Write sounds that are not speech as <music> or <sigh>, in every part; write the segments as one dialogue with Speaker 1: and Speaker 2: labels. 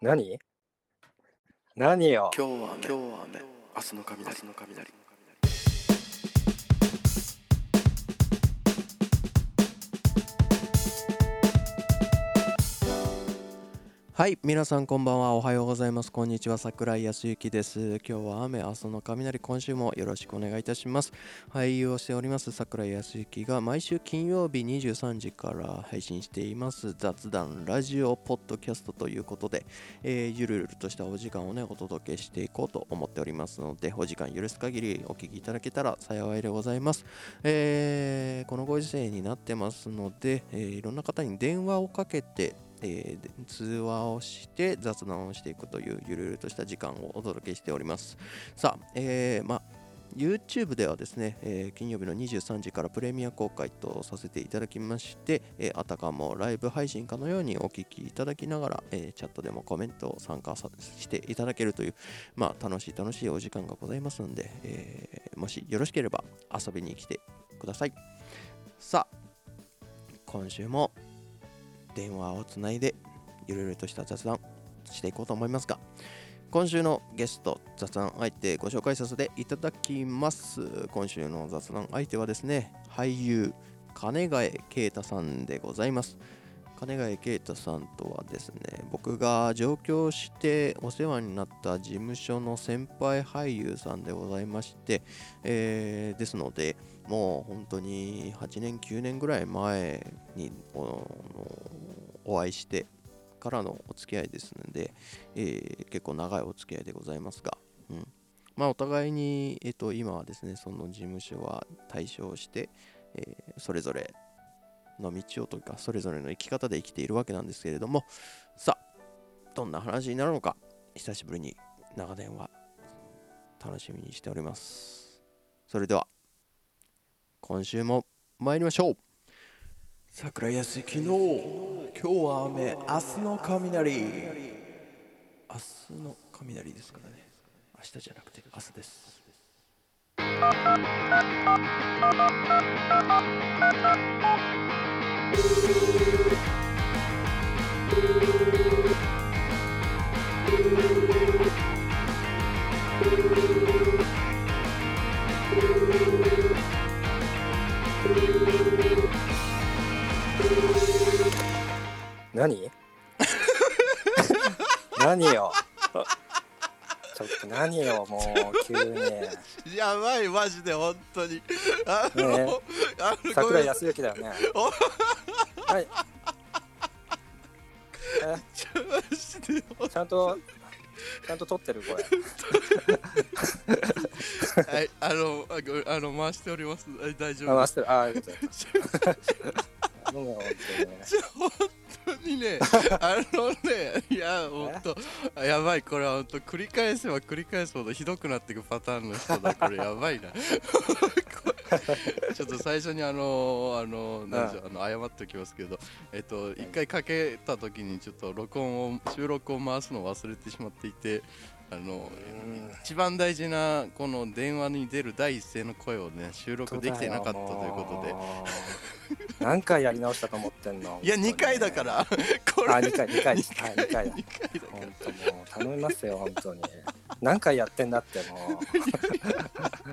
Speaker 1: 何何よ
Speaker 2: 今日は雨今日は雨明日の雷明日の雷
Speaker 3: はい皆さんこんばんはおはようございますこんにちは桜井康之です今日は雨明日の雷今週もよろしくお願いいたします俳優をしております桜井康之が毎週金曜日23時から配信しています雑談ラジオポッドキャストということで、えーゆるゆるとしたお時間をねお届けしていこうと思っておりますのでお時間許す限りお聞きいただけたら幸いでございますえーこのご時世になってますので、えーいろんな方に電話をかけて、えーで通話をして雑談をしていくというゆるゆるとした時間をお届けしております。さあ、えーまあ YouTube ではですね、えー金曜日の23時からプレミア公開とさせていただきまして、えーあたかもライブ配信かのようにお聞きいただきながら、えーチャットでもコメントを参加さしていただけるという、まあ、楽しい楽しいお時間がございますので、えーもしよろしければ遊びに来てください。さあ、今週も電話をつないでゆるゆるとした雑談していこうと思いますが、今週のゲスト雑談相手ご紹介させていただきます。今週の雑談相手はですね、俳優金ヶ江啓太さんでございます。金ヶ江啓太さんとはですね僕が上京してお世話になった事務所の先輩俳優さんでございまして、えーですのでもう本当に8年9年ぐらい前におお会いしてからのお付き合いですので、えー結構長いお付き合いでございますが、うんまあ、お互いに、えっと今はですねその事務所は退所して、えーそれぞれの道をというかそれぞれの生き方で生きているわけなんですけれどもさあどんな話になるのか久しぶりに長電話楽しみにしておりますそれでは今週も参りましょう桜井康之の今日は雨明日の雷明日の雷ですからね明日じゃなくて明日です
Speaker 1: 何何よちょっと何よもう急に
Speaker 3: <laughs>
Speaker 1: ね
Speaker 3: やばいマジで本当にあ
Speaker 1: え
Speaker 3: あのご
Speaker 1: 桜
Speaker 3: め
Speaker 1: 井
Speaker 3: ん
Speaker 1: 康之だよねはいえ
Speaker 3: マジで
Speaker 1: ちゃんとちゃんと撮ってるこれ
Speaker 3: はい、あの、あごめんあの回しております。はい大丈
Speaker 1: あ回して
Speaker 3: 夫です。
Speaker 1: るあありが
Speaker 3: <laughs>
Speaker 1: とうございますもう本当にね
Speaker 3: 本当に <laughs> ね、あのね、いや、本当、やばい、これは本当、繰り返せば繰り返すほどひどくなっていくパターンの人だ、これ、やばいな。こ <laughs> れちょっと最初にあのあの何でしょうあの謝っておきますけどえっと一回かけた時にちょっと録音を収録を回すのを忘れてしまっていてあの
Speaker 1: うん
Speaker 3: 一番大事なこの電話に出る第一声の声をね収録できてなかったということで
Speaker 1: で何回やり直したと思ってんの
Speaker 3: いや2回
Speaker 1: <laughs>
Speaker 3: だから <laughs> これ
Speaker 1: あ2回2回ですはい
Speaker 3: 2
Speaker 1: 2回だ
Speaker 3: 回だから
Speaker 1: 本当もう頼みますよ本当に何回やってんだっても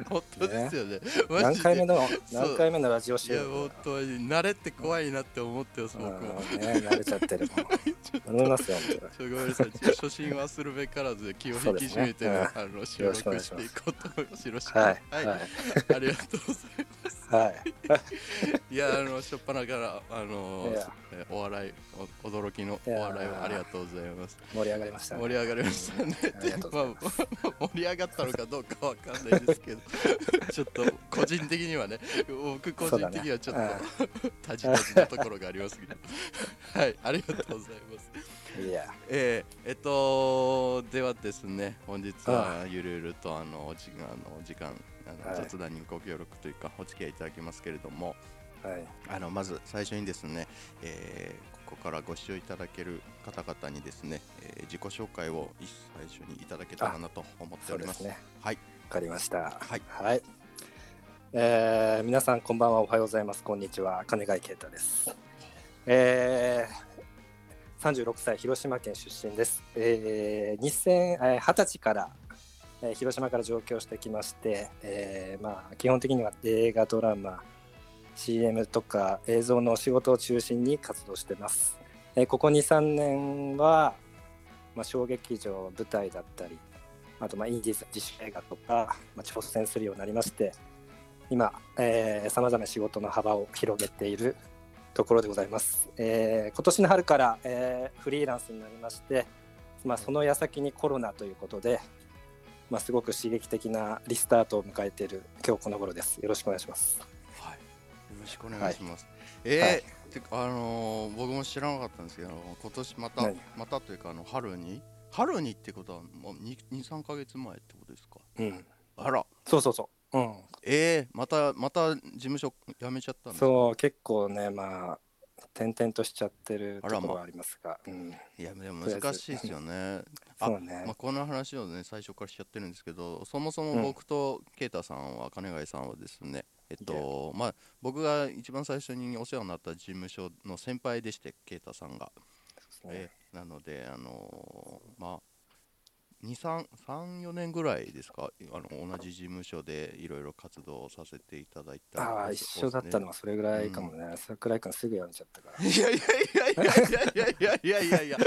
Speaker 3: 本当ですよね
Speaker 1: う何
Speaker 3: <laughs> マジ
Speaker 1: 回目
Speaker 3: で
Speaker 1: の
Speaker 3: そう
Speaker 1: 何回目のラジオ
Speaker 3: い
Speaker 1: 収
Speaker 3: や
Speaker 1: 録
Speaker 3: 本当に慣れって怖いなって思ってます
Speaker 1: うん
Speaker 3: 僕も
Speaker 1: ね慣れちゃって
Speaker 3: <laughs>
Speaker 1: るもう頼みますよ本当に
Speaker 3: ちょごめんなさいちょ初心はするべからず気を引き締めて、
Speaker 1: そうですね
Speaker 3: あの収
Speaker 1: よろしくお願い
Speaker 3: 録
Speaker 1: し
Speaker 3: し
Speaker 1: ます
Speaker 3: ていこうと思いますよろしく
Speaker 1: はい
Speaker 3: は
Speaker 1: はいい
Speaker 3: ありがとうございます
Speaker 1: はい
Speaker 3: いやあのしょっぱなからあの
Speaker 1: いや
Speaker 3: えお笑いお驚きのお笑いをありがとうございます
Speaker 1: 盛り上がりましたね
Speaker 3: 盛り上がりましたね。
Speaker 1: <laughs> ありがとうございます
Speaker 3: まあ <laughs> まあ盛り上がったのかどうかわかんないです
Speaker 1: <laughs>
Speaker 3: けど、ちょっと個人的にはね、僕個
Speaker 1: そう
Speaker 3: 人
Speaker 1: だ
Speaker 3: 的に
Speaker 1: ね
Speaker 3: はちょっとたじたじなところがありますけど、 <laughs> はい、ありがとうございます。
Speaker 1: うんいや
Speaker 3: えー、えっと、ではですね、本日はゆるゆるとあのお時間、あのお時間、あの
Speaker 1: はい
Speaker 3: 雑談にご協力というか、お付き合いいただきますけれども、
Speaker 1: はい
Speaker 3: あのまず最初にですね、えーここからご視聴いただける方々にですね、えー自己紹介を一最初にいただけたらなと思って
Speaker 1: そ
Speaker 3: お
Speaker 1: う
Speaker 3: り
Speaker 1: で
Speaker 3: ますす。
Speaker 1: ね
Speaker 3: はい、
Speaker 1: わかりました
Speaker 3: はい、
Speaker 1: はいえー皆さんこんばんはおはようございますこんにちは金貝啓太ですえー36歳、広島県出身です。えー、2000えー20歳から、えー広島から上京してきまして、えーまあ、基本的には映画、ドラマ、CM とか映像のお仕事を中心に活動してます。えーここ2、3年は、まあ、小劇場、舞台だったり、あとまあインディーズ自主映画とか、まあ、挑戦するようになりまして、今、さまざまな仕事の幅を広げているところでございます。えー今年の春から、えーフリーランスになりまして、まあ、その矢先にコロナということで、まあ、すごく刺激的なリスタートを迎えている今日この頃です。よろしくお願いします。
Speaker 3: はい、よろしくお願いします。えー
Speaker 1: はい
Speaker 3: てかあのー僕も知らなかったんですけど、今年また
Speaker 1: 何
Speaker 3: またというかあの春に春にってことはもう二二三ヶ月前ってことですか。
Speaker 1: うん、
Speaker 3: あら、
Speaker 1: そうそうそう。うん、
Speaker 3: えー、またまた事務所辞めちゃったんですか。
Speaker 1: そう結構ねまあ転々としちゃってるところはありますが、うん、
Speaker 3: いやでも難しいですよね。あ
Speaker 1: そうね
Speaker 3: まあ、この話をね最初からしちゃってるんですけどそもそうも
Speaker 1: ん
Speaker 3: 僕とケイタさんは金貝さんはですねえっとまあ僕が一番最初にお世話になった事務所の先輩でしてケイタさんが、
Speaker 1: そうですね
Speaker 3: えなのであのーまあ234年ぐらいですかあの同じ事務所でいろいろ活動をさせていただいた
Speaker 1: ああ一緒だったのはそれぐらいかもね、桜井君すぐ辞めちゃったから
Speaker 3: いやいやいやいやいやいやいやいや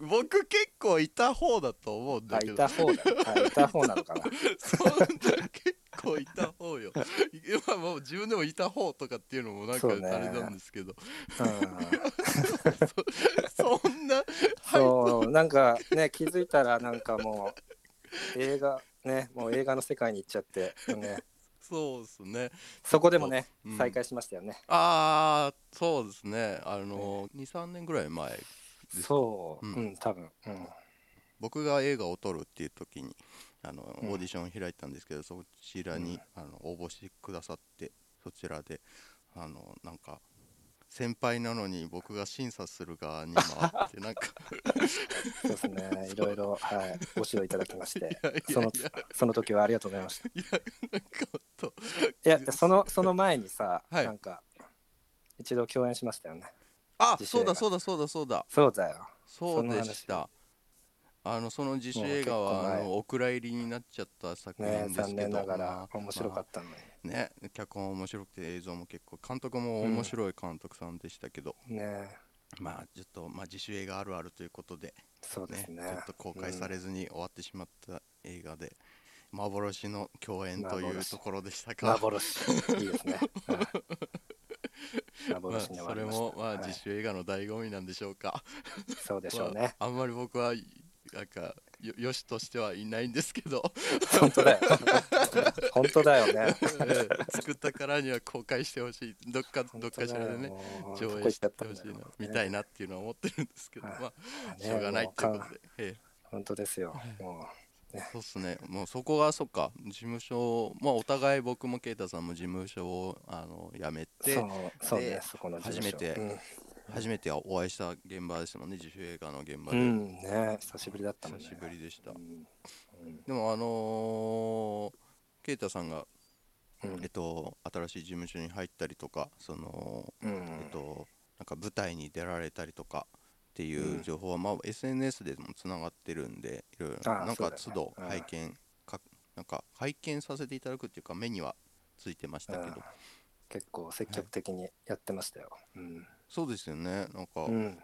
Speaker 3: 僕結構いた方だと思うんだ
Speaker 1: あ
Speaker 3: け
Speaker 1: い
Speaker 3: ど
Speaker 1: た方だあいた方なのかな
Speaker 3: <laughs> そんな結構いた方よ。今もう自分でもいた方とかっていうのもなんかあ
Speaker 1: そう
Speaker 3: れ
Speaker 1: ね
Speaker 3: なんですけど、
Speaker 1: うん
Speaker 3: そんな、 <laughs> はい、
Speaker 1: そうなんかね気づいたらなんかもう映画ねもう映画の世界に行っちゃって、ね、
Speaker 3: そうですね。
Speaker 1: そこでもね、
Speaker 3: うん
Speaker 1: 再開しましたよね
Speaker 3: ああ、そうですね。あの、2、3年ぐらい前、です
Speaker 1: そう、
Speaker 3: う
Speaker 1: うんん、多分、うん、
Speaker 3: 僕が映画を撮るっていう時に、あの、
Speaker 1: うん
Speaker 3: オーディションを開いたんですけど、そちらに、
Speaker 1: うん
Speaker 3: あの応募してくださって、そちらで、あの、なんか、先輩なのに僕が審査する側に
Speaker 1: <laughs>
Speaker 3: 回って、なんか、
Speaker 1: そうですねいろいろはいご指導いただきまして
Speaker 3: いやいやいや
Speaker 1: そのその時はありがとうございました
Speaker 3: いや、なんかほんと、
Speaker 1: いやそのその前にさ、
Speaker 3: はい
Speaker 1: なんか一度共演しましたよね
Speaker 3: あ
Speaker 1: 自主
Speaker 3: そうだ
Speaker 1: 映画
Speaker 3: そうだそうだそうだ
Speaker 1: そうだよ
Speaker 3: そ
Speaker 1: そうの
Speaker 3: で
Speaker 1: 話
Speaker 3: したあのその自主
Speaker 1: もう
Speaker 3: 映画
Speaker 1: 結構
Speaker 3: はあ
Speaker 1: 前
Speaker 3: のお蔵入りになっちゃった作
Speaker 1: ね
Speaker 3: 品ですけど、
Speaker 1: 残念ながら
Speaker 3: まあ
Speaker 1: 面白かったのに、
Speaker 3: まあね脚本面白くて映像も結構監督も面白い監督さんでしたけど、
Speaker 1: ね
Speaker 3: まあちょっと、まあ、自主映画あるあるということで
Speaker 1: そうで
Speaker 3: ね
Speaker 1: すね
Speaker 3: ちょっと公開されずに終わってしまった映画で、幻の共演という
Speaker 1: 幻
Speaker 3: ところでした
Speaker 1: うん
Speaker 3: か <laughs>
Speaker 1: 幻いいですね、うん
Speaker 3: まあ
Speaker 1: 幻に終
Speaker 3: そ
Speaker 1: わり
Speaker 3: れ
Speaker 1: ました
Speaker 3: も、まあ、
Speaker 1: はい
Speaker 3: 自主映画の醍醐味なんでしょうか
Speaker 1: そうでしょう
Speaker 3: ま
Speaker 1: ね
Speaker 3: あ、あんまり僕はなんかよよしとしてはいないんですけ
Speaker 1: <laughs>
Speaker 3: ど
Speaker 1: 本当だ
Speaker 3: <laughs>
Speaker 1: よ本当だよね
Speaker 3: えー作ったからには公開してほしいどっかどっ
Speaker 1: 本当
Speaker 3: かし
Speaker 1: だ
Speaker 3: ら
Speaker 1: よ
Speaker 3: でね
Speaker 1: もう
Speaker 3: 上
Speaker 1: どこ
Speaker 3: 映
Speaker 1: 行っ
Speaker 3: し
Speaker 1: ちゃ
Speaker 3: て
Speaker 1: ったん
Speaker 3: ほし
Speaker 1: だ
Speaker 3: い
Speaker 1: ろう
Speaker 3: な
Speaker 1: ね
Speaker 3: みたいなっていうのは思ってるんですけど、
Speaker 1: はい
Speaker 3: まあ
Speaker 1: ね
Speaker 3: しょうがないってこと
Speaker 1: もうか
Speaker 3: で、え
Speaker 1: 本当ですよ、も
Speaker 3: えそうっすねもうそこがそっか事務所まあお互い僕も啓太さんも事務所をあの辞め
Speaker 1: うそ
Speaker 3: て
Speaker 1: うそうね
Speaker 3: で
Speaker 1: そこの事務所
Speaker 3: 初めて
Speaker 1: うん
Speaker 3: 初めてお会いした現場ですもんね自主映画の現場
Speaker 1: う
Speaker 3: で、
Speaker 1: んね久しぶりだったもん
Speaker 3: 久
Speaker 1: ね
Speaker 3: しぶりでした、
Speaker 1: うんうん
Speaker 3: でもあのー、啓太さんが
Speaker 1: うん
Speaker 3: えっと、新しい事務所に入ったりとかその、
Speaker 1: うん
Speaker 3: えっと、なんか舞台に出られたりとかっていううん情報は、まあ、SNS でもつながってるんでいろいろ
Speaker 1: ああ
Speaker 3: なんか
Speaker 1: そ
Speaker 3: 都
Speaker 1: うだよね
Speaker 3: 度
Speaker 1: うん
Speaker 3: 拝見かなんか拝見させていただくっていうか目にはついてましたけど、
Speaker 1: うん結構積極的にやってましたよ。うん。
Speaker 3: そうですよねなんか
Speaker 1: うん、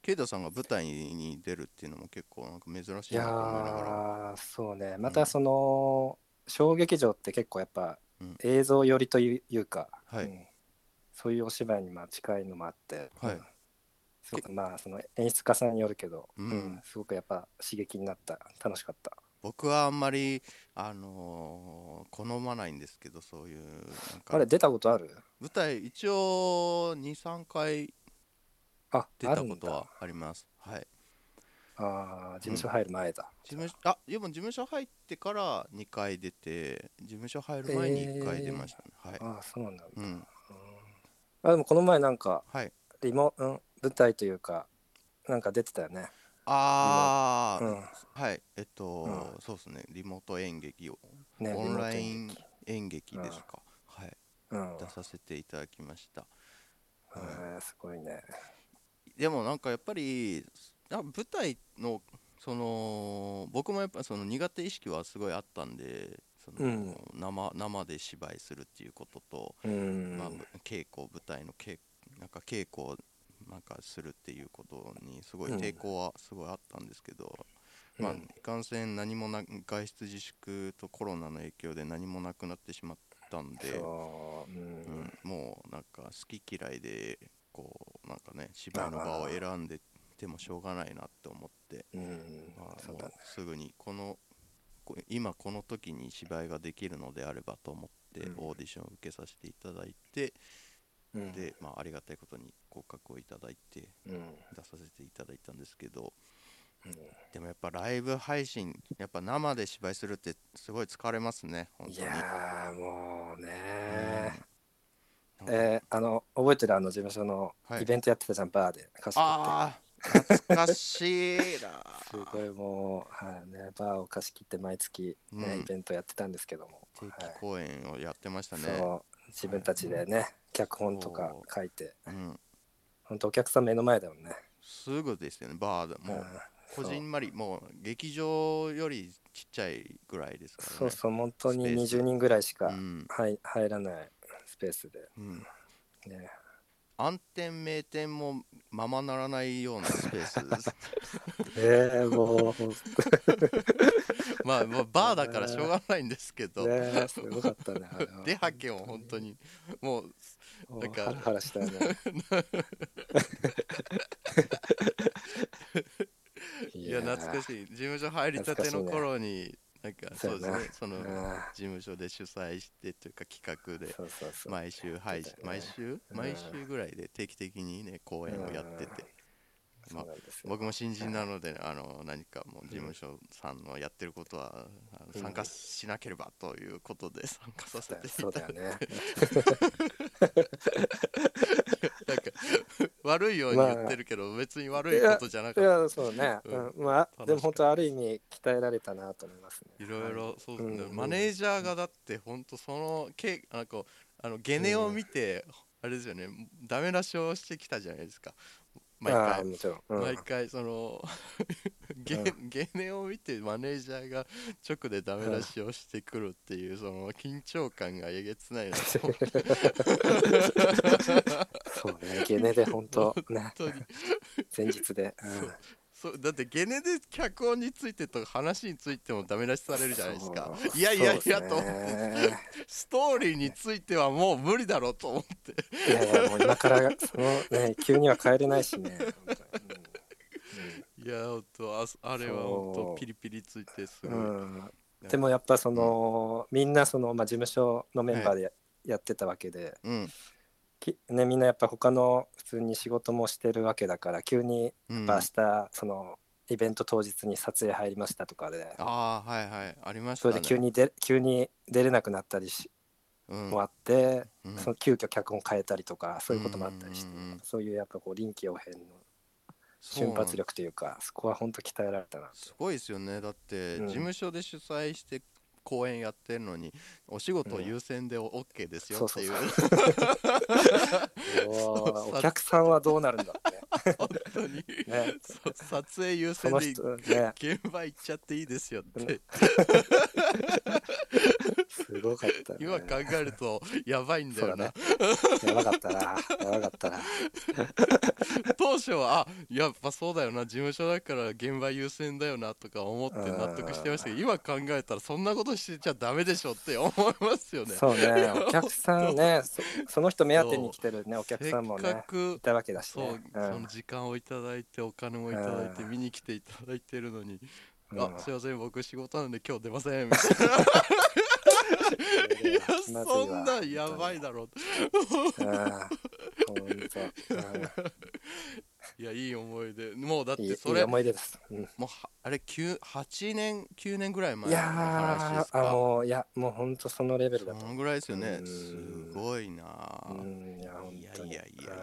Speaker 3: 慶太、さんが舞台に出るっていうのも結構なんか珍し
Speaker 1: い
Speaker 3: い
Speaker 1: や
Speaker 3: なと思いながら
Speaker 1: ーそうねまたその、小劇場って結構やっぱ
Speaker 3: うん
Speaker 1: 映像寄りといういうか、
Speaker 3: はい
Speaker 1: うんそういうお芝居にまあ近いのもあって、
Speaker 3: はい
Speaker 1: うんすごくまあその演出家さんによるけど、
Speaker 3: うん
Speaker 1: すごくやっぱ刺激になった楽しかった。
Speaker 3: 僕はあんまり、あのー好まないんですけどそういうなんか
Speaker 1: あれ出たことある
Speaker 3: 舞台一応23回
Speaker 1: あ
Speaker 3: 出たことはあります。
Speaker 1: あ
Speaker 3: はい。
Speaker 1: るんだあー事務所入る前だ。
Speaker 3: 事務所あでも事務所入ってから2回出て事務所入る前に1回出ましたね。はい。
Speaker 1: ああそうなんだ。
Speaker 3: うん。
Speaker 1: あでもこの前なんか
Speaker 3: はい。
Speaker 1: リモ、うん、舞台というかなんか出てたよね。
Speaker 3: あ
Speaker 1: う
Speaker 3: ー、
Speaker 1: ん
Speaker 3: はい。えっと、
Speaker 1: う
Speaker 3: そうですね。リモート演劇を
Speaker 1: ね、
Speaker 3: オンライ
Speaker 1: リモー
Speaker 3: ン演劇ですか。はい。
Speaker 1: ト演劇、
Speaker 3: 出させていただきました。
Speaker 1: うんえーすごいね。
Speaker 3: でもなんかやっぱりあ舞台のその僕もやっぱその苦手意識はすごいあったんでその、
Speaker 1: うん
Speaker 3: 生生で芝居するっていうことと、
Speaker 1: うん
Speaker 3: まあ、稽古舞台の稽なんか稽古をなんかするっていうことにすごい
Speaker 1: うん
Speaker 3: 抵抗はすごいあったんですけど、
Speaker 1: うん
Speaker 3: まあいかんせん何もな外出自粛とコロナの影響で何もなくなってしまったんで。
Speaker 1: そう、うん
Speaker 3: うん、もうなんか好き嫌いでこうなんかね芝居の場を選んでてもしょうがないなって思って、
Speaker 1: うん
Speaker 3: まあ、
Speaker 1: そう
Speaker 3: も
Speaker 1: だね
Speaker 3: うすぐにこのこ今この時に芝居ができるのであればと思って
Speaker 1: うん
Speaker 3: オーディションを受けさせていただいて、
Speaker 1: うん
Speaker 3: で、まあ、ありがたいことに合格をいただいて
Speaker 1: うん
Speaker 3: 出させていただいたんですけど
Speaker 1: う
Speaker 3: でもやっぱライブ配信やっぱ生で芝居するってすごい疲れますね本
Speaker 1: ん、い
Speaker 3: 当に。
Speaker 1: やーもうね
Speaker 3: うん
Speaker 1: ー、えーあの覚えてるあの事務所の
Speaker 3: はい
Speaker 1: イベントやってたじゃん、バーで貸し切って
Speaker 3: ああ懐かしいな
Speaker 1: すごいもう、はいね、バーを貸し切って毎月、ね
Speaker 3: うん
Speaker 1: イベントやってたんですけども、
Speaker 3: 定期
Speaker 1: はい
Speaker 3: 公演をやってましたね、
Speaker 1: そう自分たちでね、脚本とか
Speaker 3: そう
Speaker 1: 書いて
Speaker 3: うん、
Speaker 1: 本当お客さん目の前だもんね
Speaker 3: すぐですよねバーでもうこじんまりもう劇場よりちっちゃいぐらいですからね
Speaker 1: そうそうそう本当に
Speaker 3: スペース
Speaker 1: 20人ぐらいしか、
Speaker 3: ん
Speaker 1: はい、入らないスペースで
Speaker 3: うん、
Speaker 1: ね
Speaker 3: 暗転名転もままならないようなスペースです
Speaker 1: <laughs> えー、もう
Speaker 3: まあ、まあ、バーだからしょうがないんですけど、
Speaker 1: ねすごかったねあれ
Speaker 3: <laughs>
Speaker 1: は
Speaker 3: 出はけも本当にもう
Speaker 1: もう
Speaker 3: なんか
Speaker 1: ハラハラしたよねい
Speaker 3: <laughs> いや懐か
Speaker 1: しい
Speaker 3: しい事務所入りたて
Speaker 1: 懐かしい
Speaker 3: の
Speaker 1: ね
Speaker 3: 頃に、なんか
Speaker 1: そ
Speaker 3: そううで
Speaker 1: だ
Speaker 3: す
Speaker 1: な
Speaker 3: ねその
Speaker 1: うん
Speaker 3: 事務所で主催してというか企画で
Speaker 1: そうそうそう
Speaker 3: 毎週配信、
Speaker 1: ね
Speaker 3: 毎週
Speaker 1: うん
Speaker 3: 毎週ぐらいで定期的にね公演をやってて、まあ
Speaker 1: そうなんですよ
Speaker 3: 僕も新人なので、あの何かもう事務所さんのやってることは、あの
Speaker 1: うん
Speaker 3: 参加しなければということで参加させてい
Speaker 1: そう
Speaker 3: た
Speaker 1: だ
Speaker 3: だ
Speaker 1: よ
Speaker 3: いて、 <laughs>
Speaker 1: ね。
Speaker 3: なんか悪いように言ってるけど、別に悪いことじゃなか
Speaker 1: い
Speaker 3: った
Speaker 1: や、そうね。
Speaker 3: う
Speaker 1: うんん、ま
Speaker 3: かった
Speaker 1: あ、でも本当ある意味鍛えられたなと思いますね。
Speaker 3: いろいろそうですね、
Speaker 1: うん
Speaker 3: マネージャーがだって本当そのけなんかあのゲネを見て、あれですよねダメ出しをしてきたじゃないですか
Speaker 1: はい。
Speaker 3: 毎
Speaker 1: ああ
Speaker 3: 回
Speaker 1: もちろん。うん
Speaker 3: 毎回
Speaker 1: <laughs>
Speaker 3: そのゲ,、ゲネを見てマネージャーが直でダメ出しをしてくるっていうその緊張感がえげ
Speaker 1: <laughs>
Speaker 3: つないな本
Speaker 1: そうね。ゲネで本当
Speaker 3: <laughs>
Speaker 1: ね。
Speaker 3: 当に
Speaker 1: 前日で。
Speaker 3: そうだってゲネで脚本についてとか話についてもダメ出しされるじゃないですか
Speaker 1: そう
Speaker 3: いやいやいやと
Speaker 1: そうですね
Speaker 3: ストーリーについてはもう無理だろうと思って
Speaker 1: いやいや、もう今から、そのね、急には帰れないしね。本当に
Speaker 3: いや本当あすあれは本当ピリピリついてす
Speaker 1: う
Speaker 3: ごい、
Speaker 1: んうんでもやっぱその、みんなその、まあ、事務所のメンバーでやってたわけで、
Speaker 3: うん
Speaker 1: きね、みんなやっぱ他の普通に仕事もしてるわけだから急に
Speaker 3: うん、
Speaker 1: まあ
Speaker 3: あ
Speaker 1: 明日そのイベント当日に撮影入りましたとかで
Speaker 3: あーはいはいありまし
Speaker 1: そ
Speaker 3: た
Speaker 1: れ
Speaker 3: ね
Speaker 1: で急にで急に出れなくなったりし
Speaker 3: うん
Speaker 1: もあって
Speaker 3: うん
Speaker 1: その急遽脚本変えたりとかそういうこともあったりして
Speaker 3: うんうんうんうん
Speaker 1: そういうやっぱこう臨機応変の
Speaker 3: そうな
Speaker 1: 瞬
Speaker 3: ん
Speaker 1: 発力というかそこは本当鍛えられたな
Speaker 3: すごいですよねだって
Speaker 1: うん
Speaker 3: 事務所で主催して公演やってるのにお仕事優先で OK ですよっていう、
Speaker 1: そう
Speaker 3: <laughs> そう
Speaker 1: おーお客さんはどうなるんだろ
Speaker 3: 本当に、
Speaker 1: うねね
Speaker 3: そう撮影優
Speaker 1: そ
Speaker 3: 先
Speaker 1: の
Speaker 3: で
Speaker 1: 人ね
Speaker 3: 現場行っちゃっていいですよって、
Speaker 1: すごかった、ね、
Speaker 3: 今考えるとやばいんだよな、
Speaker 1: そうだねやばかったなやばかったな
Speaker 3: 当初はあやっぱそうだよな事務所だから現場優先だよなとか思って納得してましたけど今考えたらそんなことしてちゃダメでしょって思いますよね。
Speaker 1: そうね、お客さんね、そその人目当てに来てるね、お客さんも
Speaker 3: せっか
Speaker 1: ね、
Speaker 3: く
Speaker 1: いたわけだし
Speaker 3: そう、
Speaker 1: ね。
Speaker 3: その時間をいただいてお金もいただいて
Speaker 1: うん
Speaker 3: 見に来ていただいてるのに、
Speaker 1: うん
Speaker 3: あすいません僕仕事なんで今日出
Speaker 1: <laughs>
Speaker 3: ませんみたい
Speaker 1: いや
Speaker 3: なそんなんやばい。だ
Speaker 1: う
Speaker 3: ろ
Speaker 1: ん本当うん
Speaker 3: いやいい思い出もうだっ
Speaker 1: いいい
Speaker 3: てそ
Speaker 1: い
Speaker 3: れも
Speaker 1: 思い出です。うん
Speaker 3: うはあれ9 8年9年ぐらい前
Speaker 1: い
Speaker 3: の
Speaker 1: や
Speaker 3: 話です
Speaker 1: ー、あ
Speaker 3: か
Speaker 1: もういやもう本当そのレベルだと
Speaker 3: そ。のぐらいですよね
Speaker 1: うん
Speaker 3: すごいなあ
Speaker 1: うんいや本当に。
Speaker 3: いやいやいや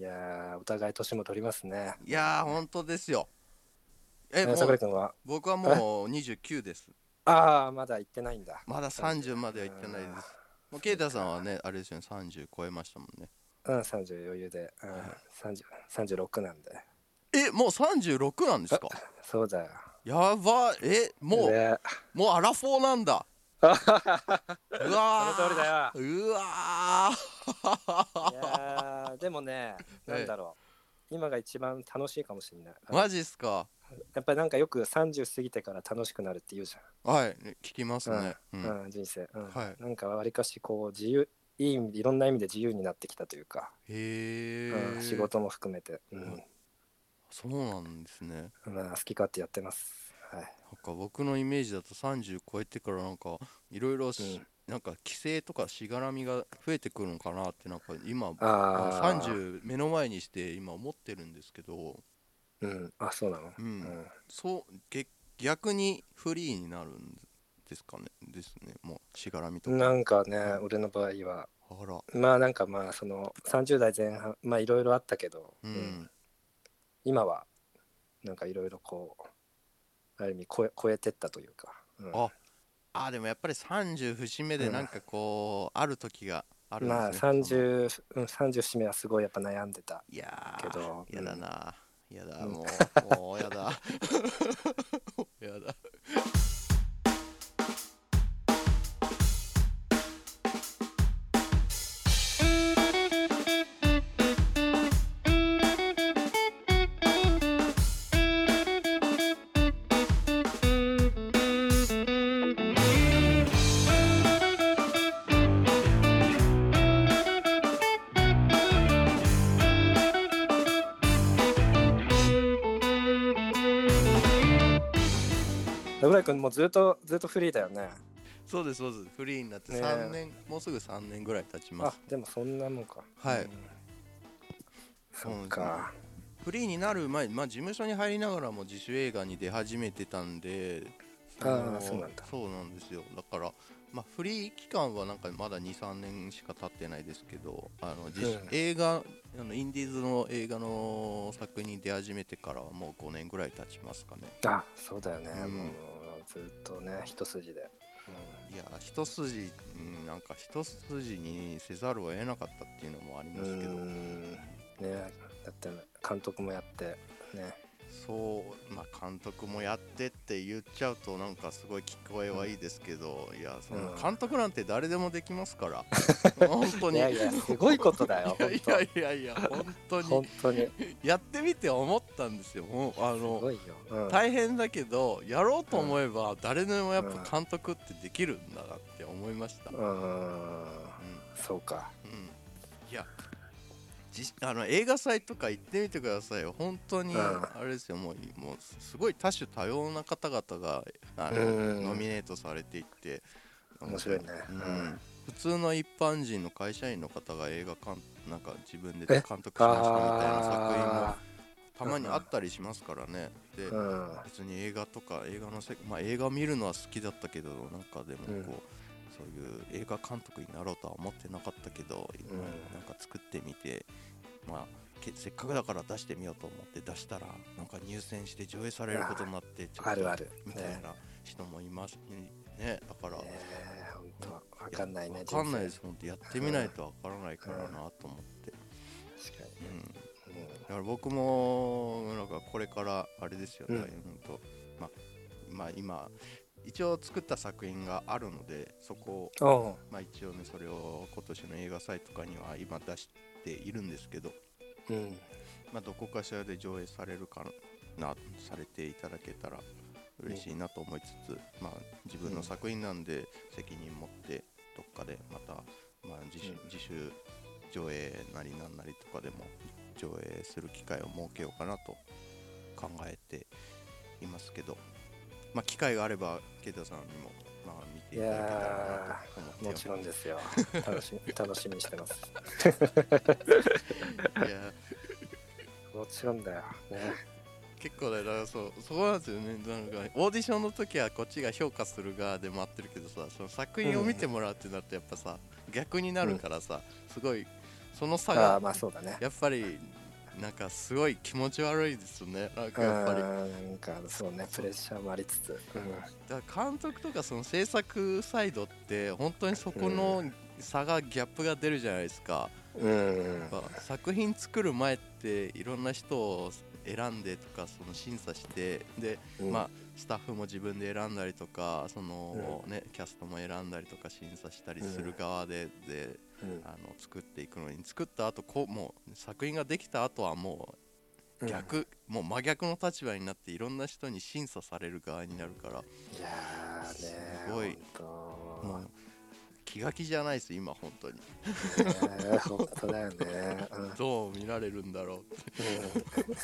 Speaker 1: うん
Speaker 3: や
Speaker 1: いやーお互い年も取りますね。
Speaker 3: いやー本当ですよえ
Speaker 1: え
Speaker 3: も
Speaker 1: 桜
Speaker 3: う
Speaker 1: 井君は、
Speaker 3: 僕はもう29です
Speaker 1: ああまだ行ってないんだ。
Speaker 3: まだ30までは行ってないですもう啓太さんはねあれですよね30超えましたもんね
Speaker 1: うん、30余裕で、うん、30 36なんで
Speaker 3: えもう36なんですか
Speaker 1: そうだよ
Speaker 3: やばえもう
Speaker 1: ね
Speaker 3: もうアラフォーなんだう
Speaker 1: <laughs>
Speaker 3: わー
Speaker 1: その通りだよ
Speaker 3: うわー
Speaker 1: いやーでもねなんだろう今が一番楽しいかもしれない
Speaker 3: マジっすか
Speaker 1: やっぱりなんかよく30過ぎてから楽しくなるって言うじ
Speaker 3: はい聞きますね、
Speaker 1: ゃん、
Speaker 3: うん
Speaker 1: うん人生、うん
Speaker 3: はい
Speaker 1: なんかわりかしこう自由いい意味でいろんな意味で自由になってきたというか、
Speaker 3: へ
Speaker 1: う
Speaker 3: え
Speaker 1: ん、仕事も含めて、うん
Speaker 3: そうなんですねなん
Speaker 1: まあ、好き勝手やってます、はい、
Speaker 3: か僕のイメージだと30超えてからなんかいろいろし、
Speaker 1: うん
Speaker 3: なんか規制とかしがらみが増えてくるのかなってなんか今
Speaker 1: ああ
Speaker 3: 30目の前にして今思ってるんですけど、
Speaker 1: うんあそうなの
Speaker 3: うん
Speaker 1: うん
Speaker 3: そうげ逆にフリーになるんですかねですねもうしがらみと
Speaker 1: な
Speaker 3: か
Speaker 1: んかね、俺の場合は、
Speaker 3: あら
Speaker 1: まあなんかまあ、その30代前半、まあいろいろあったけど、
Speaker 3: うん、
Speaker 1: うん今は、なんかいろいろこう、ある意味超え、超えてったというか、うん
Speaker 3: ああーでもやっぱり30節目で
Speaker 1: うん
Speaker 3: なんかこう、ある時があるんですね
Speaker 1: まあ30、うん、30節目はすごいやっぱ悩んでた。
Speaker 3: いや
Speaker 1: けど
Speaker 3: ー、やだ
Speaker 1: うん
Speaker 3: な。やだ、
Speaker 1: うん
Speaker 3: もう、もうやだ。 <laughs> やだ。
Speaker 1: ラブライ君もうずっと、ずっとフリーだよね。
Speaker 3: そうです、そうです。フリーになって
Speaker 1: ねえ
Speaker 3: 3年、もうすぐ3年ぐらい経ちま
Speaker 1: あ
Speaker 3: す。、
Speaker 1: でもそんなもんか。
Speaker 3: はい
Speaker 1: うん
Speaker 3: そ
Speaker 1: そうっか。
Speaker 3: フリーになる前、まあ、事務所に入りながらも自主映画に出始めてたんで、
Speaker 1: あー
Speaker 3: の
Speaker 1: そうなんだ
Speaker 3: そうなんですよ。だから、まあ、フリー期間はなんかまだ2、3年しか経ってないですけど、あの自主
Speaker 1: うん
Speaker 3: 映画、あのインディーズの映画の作品に出始めてからはもう5年ぐらい経ちますかね。
Speaker 1: あ、そうだよね。
Speaker 3: うん
Speaker 1: もう、ずっとね、一筋で。
Speaker 3: いや一筋、うん、なんか一筋にせざるを得なかったっていうのもあり
Speaker 1: う
Speaker 3: ますけど、
Speaker 1: ん。ね、だって、監督もやって、ね。
Speaker 3: そう、まあ、監督もやってって言っちゃうとなんかすごい聞こえはいいですけど、いやその
Speaker 1: うん
Speaker 3: 監督なんて誰でもできま
Speaker 1: <laughs>
Speaker 3: すから、本当
Speaker 1: い
Speaker 3: に
Speaker 1: やいや、すごいことだよ。
Speaker 3: <laughs> いやいやいやいや本当に
Speaker 1: 本当に。
Speaker 3: やってみて思ったんですよもうあ
Speaker 1: す
Speaker 3: の
Speaker 1: ごいよ。うん
Speaker 3: 大変だけどやろうと思えば誰でもやっぱ監督ってできるんだなって思いました、
Speaker 1: うーん、
Speaker 3: うん
Speaker 1: そうか。
Speaker 3: うんいやじあの映画祭とか行ってみてくださいよ本当に
Speaker 1: うん
Speaker 3: あれですよ、もうもうすごい多種多様な方々があの、
Speaker 1: うん
Speaker 3: ノミネートされていって
Speaker 1: 面白いね
Speaker 3: う
Speaker 1: うん
Speaker 3: ん普通の一般人の会社員の方が映画館なんか自分で
Speaker 1: え
Speaker 3: 監督しましたみたいな作品も
Speaker 1: あ
Speaker 3: たまにあったりしますからね、で、
Speaker 1: ーうん、
Speaker 3: 別に映画とか映画のせ、まあ、映画見るのは好きだったけどなんかでもこう、
Speaker 1: うん
Speaker 3: そういう映画監督になろうとは思ってなかったけど、
Speaker 1: ん
Speaker 3: なんか作ってみて、まあ、けせっかくだから出してみようと思って出したらなんか入選して上映されることになってちょっと
Speaker 1: あるある。
Speaker 3: み
Speaker 1: ね
Speaker 3: たいな人もいますねねだから。
Speaker 1: ねえ本当わかんないね。
Speaker 3: わかんないで
Speaker 1: 人
Speaker 3: す本当やってみないとわからないからなと思って、
Speaker 1: 生。確か
Speaker 3: うん、
Speaker 1: に。うん
Speaker 3: だから僕もなんかこれからあれですよね、
Speaker 1: うん
Speaker 3: 本当ままあ今一応作った作品があるのでそこを、
Speaker 1: おう
Speaker 3: まあ、一応ねそれを今年の映画祭とかには今出しているんですけど、
Speaker 1: うん、
Speaker 3: まあ、どこかしらで上映されるかなされていただけたら嬉しいなと思いつつ、まあ、自分の作品なんで責任持ってどっかでまた、まあ、自主
Speaker 1: うん
Speaker 3: 自主上映なりなんなりとかでも上映する機会を設けようかなと考えていますけど、まあ、機会があれば慶太さんにも、まあ、見ていただけたらなと思って
Speaker 1: も
Speaker 3: ます
Speaker 1: ちろんですよ。楽しみ、楽しみにしてます。
Speaker 3: いや
Speaker 1: もちろんだよ。ね。
Speaker 3: 結構ねだからそうそこなんですよねなんかオーディションの時はこっちが評価する側で待ってるけどさその作品を見てもらうってなるとやっぱさ、逆になるからさ、すごいその差
Speaker 1: あ
Speaker 3: が
Speaker 1: あ、まあ、そうだね。
Speaker 3: やっぱりなんかすごい気持ち悪いですよねなん
Speaker 1: う
Speaker 3: か
Speaker 1: ん、
Speaker 3: やっぱり
Speaker 1: なんか、そうね、プレッシャーもありつつ。う
Speaker 3: だから監督とかその制作サイドって本当にそこの差がギャップが出るじゃないですか、
Speaker 1: ん、うん
Speaker 3: やっぱ作品作る前っていろんな人を選んでとかその審査してで、
Speaker 1: うん
Speaker 3: まあ、スタッフも自分で選んだりとかその、ね、キャストも選んだりとか審査したりする側で,、で
Speaker 1: うん
Speaker 3: あの作っていくのに作った後こうもう作品ができた後はもう逆、もう真逆の立場になっていろんな人に審査される側になるから
Speaker 1: いやーね
Speaker 3: すごいも
Speaker 1: 本
Speaker 3: う気が気じゃないです今本当に
Speaker 1: 当ね本当だよね、うんうん
Speaker 3: どう見られるんだろう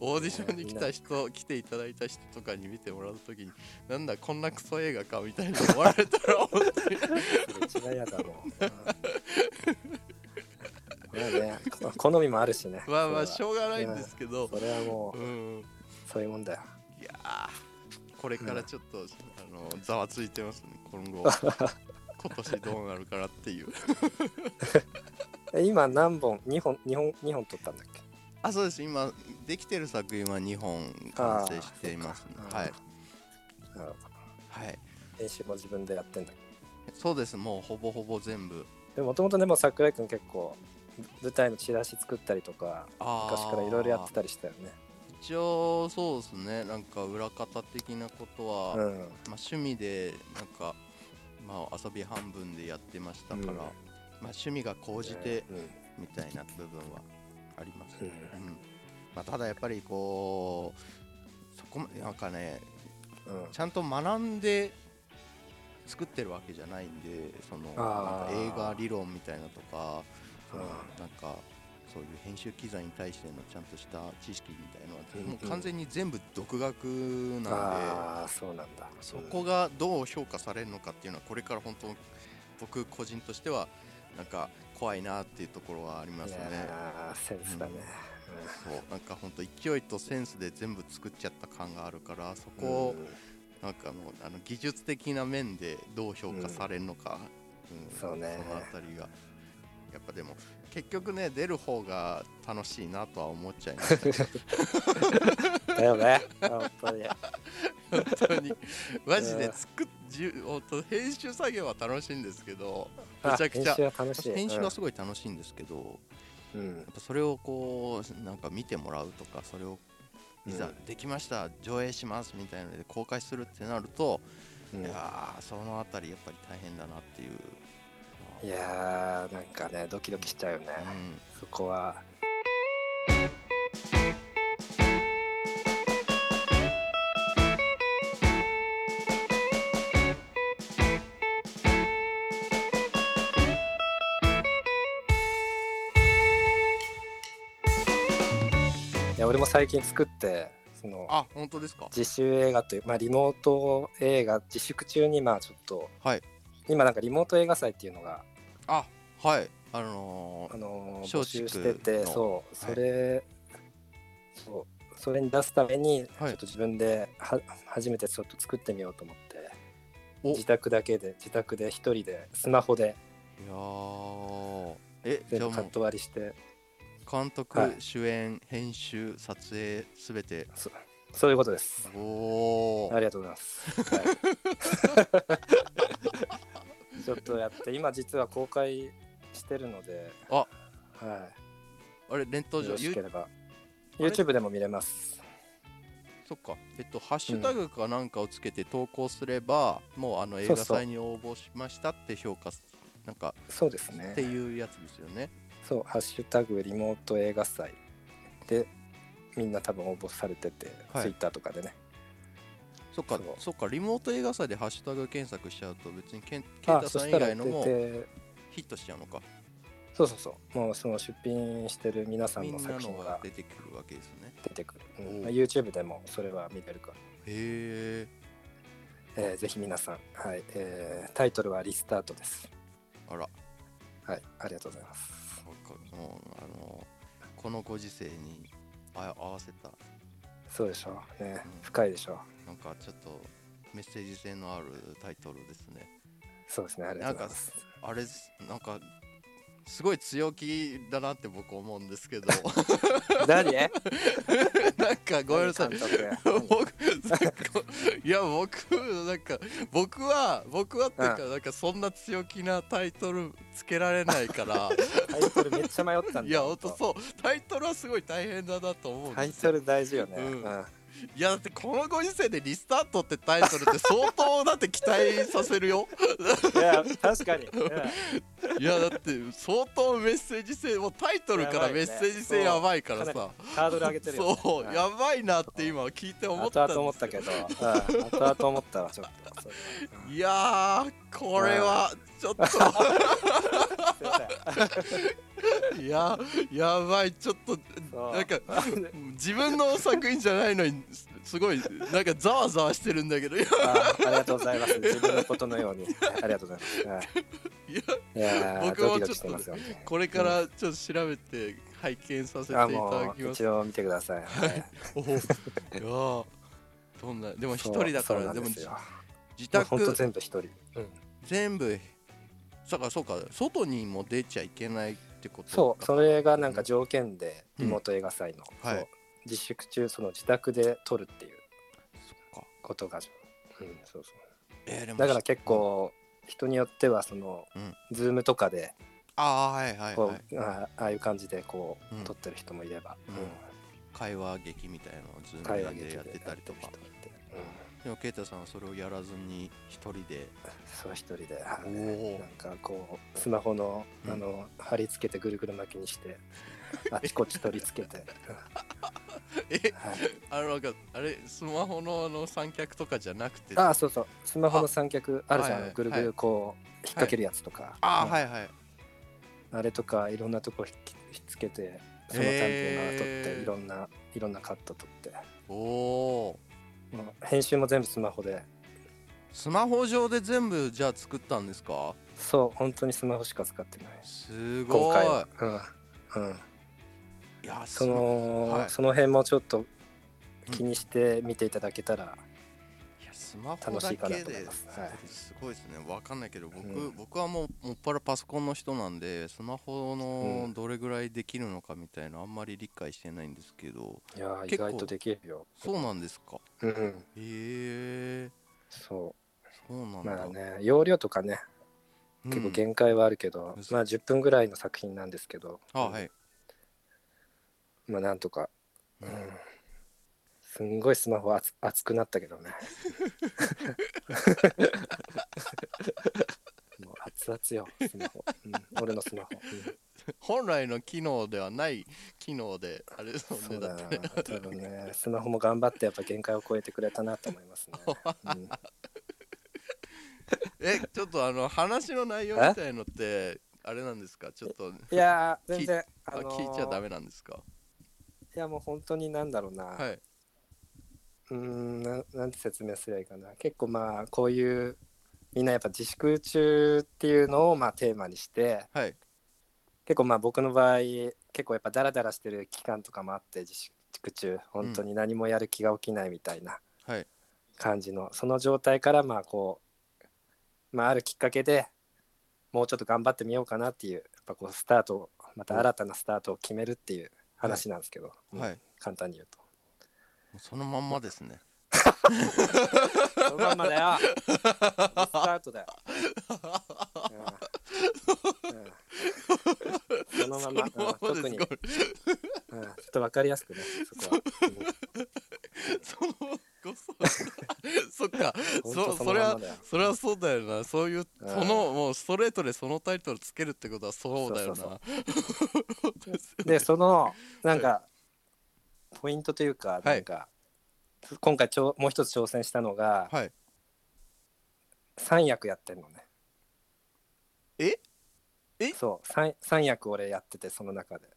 Speaker 3: オーディションに来た人、来ていただいた人とかに見てもらうときに、なんだ、こんなクソ映画かみたいに思われたら、本当に
Speaker 1: 一番嫌だ <laughs> もん、うんこれはねこ好みもあるしね
Speaker 3: まあまあ、
Speaker 1: そ
Speaker 3: し
Speaker 1: れは
Speaker 3: ょうがないんですけど、
Speaker 1: それはも
Speaker 3: うん、
Speaker 1: うそういうもんだよ
Speaker 3: いやーこれからちょっと、あのざわついてますね、今
Speaker 1: <laughs>
Speaker 3: 後。今年どうなるかなっていう。
Speaker 1: え今何本二本二本二本撮ったんだっけ
Speaker 3: あ、そうです、今、できてる作品は2本完成していますね
Speaker 1: あーそっ。か
Speaker 3: はい。
Speaker 1: なるほど
Speaker 3: はい。
Speaker 1: 編集も自分でやってんだっけ
Speaker 3: そうです、もうほぼほぼ全部。
Speaker 1: でももともとねもう桜井くん結構舞台のチラシ作ったりとか
Speaker 3: あー
Speaker 1: 昔からいろいろやってたりしたよね
Speaker 3: 一応、そうですね、なんか裏方的なことは。
Speaker 1: うん
Speaker 3: まあ、趣味でなんか、まあ、遊び半分でやってましたか
Speaker 1: う
Speaker 3: ら、
Speaker 1: ん
Speaker 3: まあ、趣味が高じて
Speaker 1: うん
Speaker 3: みたいな部分はあります、
Speaker 1: う
Speaker 3: うんんまあ、ただやっぱりこうそこまなんかね
Speaker 1: うん
Speaker 3: ちゃんと学んで作ってるわけじゃないんでそのなん
Speaker 1: あ
Speaker 3: か
Speaker 1: ー
Speaker 3: 映画理論みたいなとかその
Speaker 1: うん
Speaker 3: なんかそういう編集機材に対してのちゃんとした知識みたいのは全部も
Speaker 1: う
Speaker 3: うん完全に全部独学なんで。
Speaker 1: ああそうなんだ
Speaker 3: そこがどう評価されるのかっていうのはこれから本当僕個人としてはなんか怖いなっていうところはあり
Speaker 1: う
Speaker 3: ま
Speaker 1: んい
Speaker 3: すね。
Speaker 1: やーセンスだね
Speaker 3: そうなんか本当勢いとセンスで全部作っちゃった感があるからそ
Speaker 1: うん
Speaker 3: こをなんかあのあの技術的な面でどう評価されるのか、うん
Speaker 1: そうね
Speaker 3: そのあたりがやっぱでも結局ね出る方が楽しいなとは思っちゃ
Speaker 1: <laughs>
Speaker 3: いますね
Speaker 1: だよね本当に
Speaker 3: 本当にマジで作っじゅ本当編集作業は楽しいんですけど <laughs> めちゃくちゃ
Speaker 1: あ編集は楽しい
Speaker 3: 編集はすごい楽しいんですけど、や
Speaker 1: うんうん
Speaker 3: っぱそれをこうなんか見てもらうとかそれをいざ
Speaker 1: う
Speaker 3: できました、上映しますみたいなので公開するってなると、
Speaker 1: うん
Speaker 3: いやーそのあたりやっぱり大変だなっていう、
Speaker 1: いやーなんかねドキドキしちゃうよね
Speaker 3: うん
Speaker 1: そこはいや俺も最近作ってその
Speaker 3: あ本当ですか
Speaker 1: 自主映画という、まあ、リモート映画自粛中にまあちょっと、
Speaker 3: はい
Speaker 1: 今なんかリモート映画祭っていうのが、
Speaker 3: あはいあの
Speaker 1: あのー募
Speaker 3: 松竹
Speaker 1: 集してて
Speaker 3: の
Speaker 1: そうそれ、そうそれに出すためにちょ
Speaker 3: はい
Speaker 1: っと自分では、初めてちょっと作ってみようと思って
Speaker 3: お
Speaker 1: 自宅だけで自宅で一人でスマホで
Speaker 3: ー、いやーえ
Speaker 1: 全
Speaker 3: じゃあ
Speaker 1: 部カ
Speaker 3: も
Speaker 1: ッ
Speaker 3: う
Speaker 1: ト割りして
Speaker 3: 監督、
Speaker 1: はい
Speaker 3: 主演編集撮影すべて
Speaker 1: そそういうことです
Speaker 3: おお、
Speaker 1: ありがとうございます、
Speaker 3: <laughs>
Speaker 1: はい、ちょっとやって今実は公開してるので
Speaker 3: あ
Speaker 1: はい
Speaker 3: あれレント
Speaker 1: よろ
Speaker 3: 上
Speaker 1: しければ
Speaker 3: あれ
Speaker 1: YouTube でも見れます
Speaker 3: そっか、えっと、ハッシュタグかなんかをつけて投稿すれば、もうあの映画
Speaker 1: そうそう
Speaker 3: 祭に応募しましたって評価すなんか
Speaker 1: そうです
Speaker 3: っ
Speaker 1: ね
Speaker 3: ていうやつですよね。
Speaker 1: そう「ハッシュタグリモート映画祭」でみんな多分応募されてて、
Speaker 3: はい
Speaker 1: Twitter とかでね
Speaker 3: そっか
Speaker 1: そう、
Speaker 3: そっか、リモート映画祭でハッシュタグ検索しちゃうと、別にケンケン
Speaker 1: あ
Speaker 3: タ
Speaker 1: そ
Speaker 3: さん
Speaker 1: し
Speaker 3: 以
Speaker 1: たら
Speaker 3: 外の
Speaker 1: 出
Speaker 3: も
Speaker 1: て
Speaker 3: ヒットしちゃうのか、
Speaker 1: そうそうそうもうその出品してる皆さん
Speaker 3: み
Speaker 1: の
Speaker 3: んな
Speaker 1: 作
Speaker 3: の
Speaker 1: 品
Speaker 3: が
Speaker 1: が
Speaker 3: 出てくるわけですね。
Speaker 1: 出てくる、うん
Speaker 3: おう
Speaker 1: まあ YouTube でもそれは見れるか
Speaker 3: へえ、
Speaker 1: ら、えーぜひ皆さん、はいえータイトルは「リスタート」です
Speaker 3: あら、
Speaker 1: はいありがとうございます
Speaker 3: ここのあのこのご時世にあ合わせた、
Speaker 1: そうでしょうね
Speaker 3: うん
Speaker 1: 深いでしょう
Speaker 3: なんかちょっとメッセージ性のあるタイトルですね。
Speaker 1: そうですねありがとうございます
Speaker 3: あれですなんか
Speaker 1: <laughs>
Speaker 3: すごい強気だなって僕思うんですけど
Speaker 1: 何
Speaker 3: なんなんかごめんなさい
Speaker 1: 何監督
Speaker 3: 僕なんかいや僕なんか僕は僕はっていうか、なんかそんな強気なタイトルつけられないから
Speaker 1: タイトルめっちゃ迷ったんだ
Speaker 3: いやほんとそうタイトルはすごい大変だなと思うん
Speaker 1: タ
Speaker 3: で
Speaker 1: イ
Speaker 3: すよ
Speaker 1: トル大事よね、
Speaker 3: う
Speaker 1: うんん
Speaker 3: いやだってこのご時世で「リスタート」ってタイトルって相当だって期待させる
Speaker 1: <laughs>
Speaker 3: よ
Speaker 1: いや確かに、うん
Speaker 3: いやだって相当メッセージ性もうタイトルからメッセージ性やばいからさ、
Speaker 1: ハードル上げてるよ、ね、
Speaker 3: そう、
Speaker 1: ん
Speaker 3: やばいなって今聞いて思っ
Speaker 1: 後
Speaker 3: たんで
Speaker 1: 々
Speaker 3: す
Speaker 1: 思った
Speaker 3: よ
Speaker 1: けど、うん、後々思ったわちょっとそれはうん
Speaker 3: いやーこれはちょっ
Speaker 1: <laughs> すいません
Speaker 3: といややばいちょっと
Speaker 1: そう
Speaker 3: なんか自分の作品じゃないのにすすごいなんかざわざわしてるんだけどいや
Speaker 1: あありがとうございます。自分のことのように。ありがとうございます。はい、
Speaker 3: いや
Speaker 1: いやー
Speaker 3: 僕も
Speaker 1: ドキドキしてますよね。
Speaker 3: これからちょっと調べて拝見させてい
Speaker 1: あ
Speaker 3: た
Speaker 1: も
Speaker 3: だき
Speaker 1: う
Speaker 3: ます
Speaker 1: 一応見てください。はい、
Speaker 3: お <laughs> ーいやーどんなでも一人だか
Speaker 1: そう
Speaker 3: らで
Speaker 1: そうな
Speaker 3: も
Speaker 1: んですよ。
Speaker 3: 自
Speaker 1: もう本当
Speaker 3: 宅
Speaker 1: 全部一人。うん、
Speaker 3: 全部だからそうか外にも出ちゃいけないってこと
Speaker 1: そう、それがなんか条件で、
Speaker 3: うん
Speaker 1: リモート映画祭の、
Speaker 3: はい
Speaker 1: そう自粛中、その自宅で撮るっていう
Speaker 3: そっか
Speaker 1: ことが、うん、そうそう
Speaker 3: えーでも
Speaker 1: だから結構、人によってはその、
Speaker 3: うん
Speaker 1: ズームとかで
Speaker 3: ああはいはい
Speaker 1: こう、
Speaker 3: はい
Speaker 1: あああいう感じでこう、
Speaker 3: うん
Speaker 1: 撮ってる人もいれば、
Speaker 3: うん会話劇みたいなのをズ
Speaker 1: 会
Speaker 3: ー
Speaker 1: 話
Speaker 3: ム
Speaker 1: 劇
Speaker 3: で
Speaker 1: で
Speaker 3: やってたりとか
Speaker 1: やってる人もいてうん
Speaker 3: でもケイタさんはそれをやらずに一人で
Speaker 1: そう一人で、
Speaker 3: おお
Speaker 1: なんかこうスマホの
Speaker 3: うん
Speaker 1: あの、貼り付けてぐるぐる巻きに
Speaker 3: <laughs>
Speaker 1: してあちこち取り付けて、
Speaker 3: え
Speaker 1: はい、
Speaker 3: あのなんかあれスマホのあの三脚とかじゃなくて
Speaker 1: あそうそうスマホの三脚あるじゃん、
Speaker 3: はいはい
Speaker 1: ぐるぐるこう、引っ掛けるやつとか、
Speaker 3: あー
Speaker 1: うん
Speaker 3: はいはい
Speaker 1: あれとかいろんなとこ引っ引っつけてその単品の撮って、
Speaker 3: へー
Speaker 1: いろんないろんなカット撮って
Speaker 3: おお
Speaker 1: もう編集も全部スマホで
Speaker 3: スマホ上で全部じゃあ作ったんですか
Speaker 1: そう本当にスマホしか使ってない
Speaker 3: すご
Speaker 1: 今
Speaker 3: い
Speaker 1: 回は、うんうん、
Speaker 3: いや
Speaker 1: そ
Speaker 3: その
Speaker 1: の、
Speaker 3: はい
Speaker 1: その辺もちょっと気にして見ていただけたら、
Speaker 3: いやスマホだけ
Speaker 1: 楽しいかなと思
Speaker 3: で
Speaker 1: いますはい
Speaker 3: すごいですねわかんないけど僕、
Speaker 1: うん
Speaker 3: 僕はもうもっぱらパソコンの人なんでスマホ
Speaker 1: う
Speaker 3: の
Speaker 1: ん
Speaker 3: どれぐらいできるのかみたいなあんまり理解してないんですけど
Speaker 1: いやー
Speaker 3: 結
Speaker 1: 意
Speaker 3: 構
Speaker 1: 外とできるよ。
Speaker 3: そうなんですか
Speaker 1: うん、
Speaker 3: へえ
Speaker 1: そ
Speaker 3: そうな
Speaker 1: う。
Speaker 3: んだ、
Speaker 1: まあね、容量とかね、
Speaker 3: うん
Speaker 1: 結構限界はあるけど、
Speaker 3: うん
Speaker 1: まあ10分ぐらいの作品なんですけど、
Speaker 3: あはい、
Speaker 1: まあなんとか、
Speaker 3: う
Speaker 1: うんん、すんごいスマホ熱熱くなったけどね。
Speaker 3: <laughs>
Speaker 1: もう熱々よ、スマホ。うん、俺のスマホ。
Speaker 3: 本来の機能ではない機能であれです
Speaker 1: う
Speaker 3: も
Speaker 1: ん、
Speaker 3: ん
Speaker 1: そ
Speaker 3: ね
Speaker 1: うだ
Speaker 3: だっ
Speaker 1: な、
Speaker 3: てね
Speaker 1: 多分ね、スマホも頑張ってやっぱ限界を超えてくれたなと思います
Speaker 3: <laughs>
Speaker 1: ね。うん
Speaker 3: えちょっとあの話の内容みたいのってあれなんですかちょっと
Speaker 1: いやー、全然、
Speaker 3: あ
Speaker 1: あのー
Speaker 3: 聞いちゃダメなんですか
Speaker 1: いやもう本当になんだろうな、
Speaker 3: はいう
Speaker 1: ーんななんて説明すればいいかな結構まあこういうみんなやっぱ自粛中っていうのをまあテーマにして
Speaker 3: はい
Speaker 1: 結構まあ僕の場合結構やっぱダラダラしてる期間とかもあって自粛中本当に何もやる気が起きないみたいな
Speaker 3: はい
Speaker 1: 感じの、その状態からまあこう、まあ、あるきっかけでもうちょっと頑張ってみようかなっていうやっぱこうスタートをまた新たなスタートを決めるっていう話なんですけど、うん
Speaker 3: はい
Speaker 1: 簡単に言うと。
Speaker 3: もうそのまんまですね
Speaker 1: そのまんまだよ。リスタートだよ。うんうんそのまま、
Speaker 3: そのまんま
Speaker 1: うん特
Speaker 3: です
Speaker 1: に、
Speaker 3: これ
Speaker 1: うんちょっとわかりやすくね、そこは。
Speaker 3: そのごそ <laughs> そっか
Speaker 1: うん
Speaker 3: そ
Speaker 1: ほんと
Speaker 3: それ
Speaker 1: のまん
Speaker 3: は
Speaker 1: まだよ
Speaker 3: それはそうだよなそういう
Speaker 1: うん
Speaker 3: そのもうストレートでそのタイトルつけるってことはそうだよ
Speaker 1: そう
Speaker 3: な
Speaker 1: で、その、なんか、ポイントというか、なんか、今回ちょ、もう一つ挑戦したのが、
Speaker 3: はい
Speaker 1: 三役やってんのね。
Speaker 3: ええ
Speaker 1: そう、三三役俺やってて、その中で。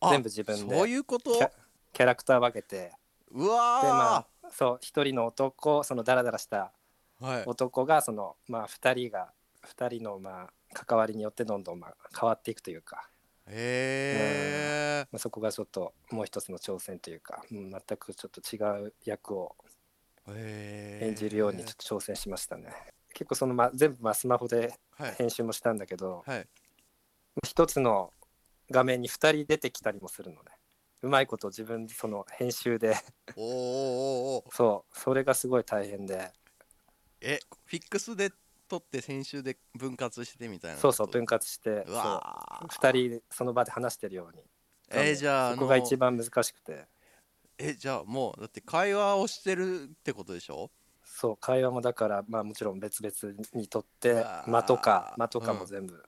Speaker 3: あ
Speaker 1: 全部自分で
Speaker 3: そういうこ
Speaker 1: キャ
Speaker 3: と
Speaker 1: キャラクター分けて、
Speaker 3: う
Speaker 1: でま
Speaker 3: わ
Speaker 1: あそう一人の男そのダラダラした
Speaker 3: ーはい
Speaker 1: 男がそのまあ二人が二人のまあ関わりによってどんどんまあ変わっていくというか、
Speaker 3: へえ
Speaker 1: まあ、そこがちょっともう一つの挑戦というか、うん、全くちょっと違う役を演
Speaker 3: 演
Speaker 1: じるようにちょっと挑戦しましたね。結構そのまあ全部まあスマホで
Speaker 3: はい
Speaker 1: 編集もしたんだけど
Speaker 3: はい
Speaker 1: 一つの画面に二人出てきたりもするのねうまいこと自分その編集で
Speaker 3: おーおーおーおー
Speaker 1: そうそれがすごい大変で
Speaker 3: えフィックスで撮って先週で分割してみたいな
Speaker 1: そうそう
Speaker 3: 分
Speaker 1: 分割して
Speaker 3: う
Speaker 1: そう
Speaker 3: わー
Speaker 1: 2人その場で話してるように
Speaker 3: えーじゃああ
Speaker 1: そこが
Speaker 3: の
Speaker 1: 一番難しくて
Speaker 3: えじゃあもうだって会話をしてるってことでしょ
Speaker 1: そう会話もだからまあもちろん別々にとっ
Speaker 3: う
Speaker 1: て
Speaker 3: わー
Speaker 1: 間とか間とか
Speaker 3: う
Speaker 1: も
Speaker 3: ん
Speaker 1: 全部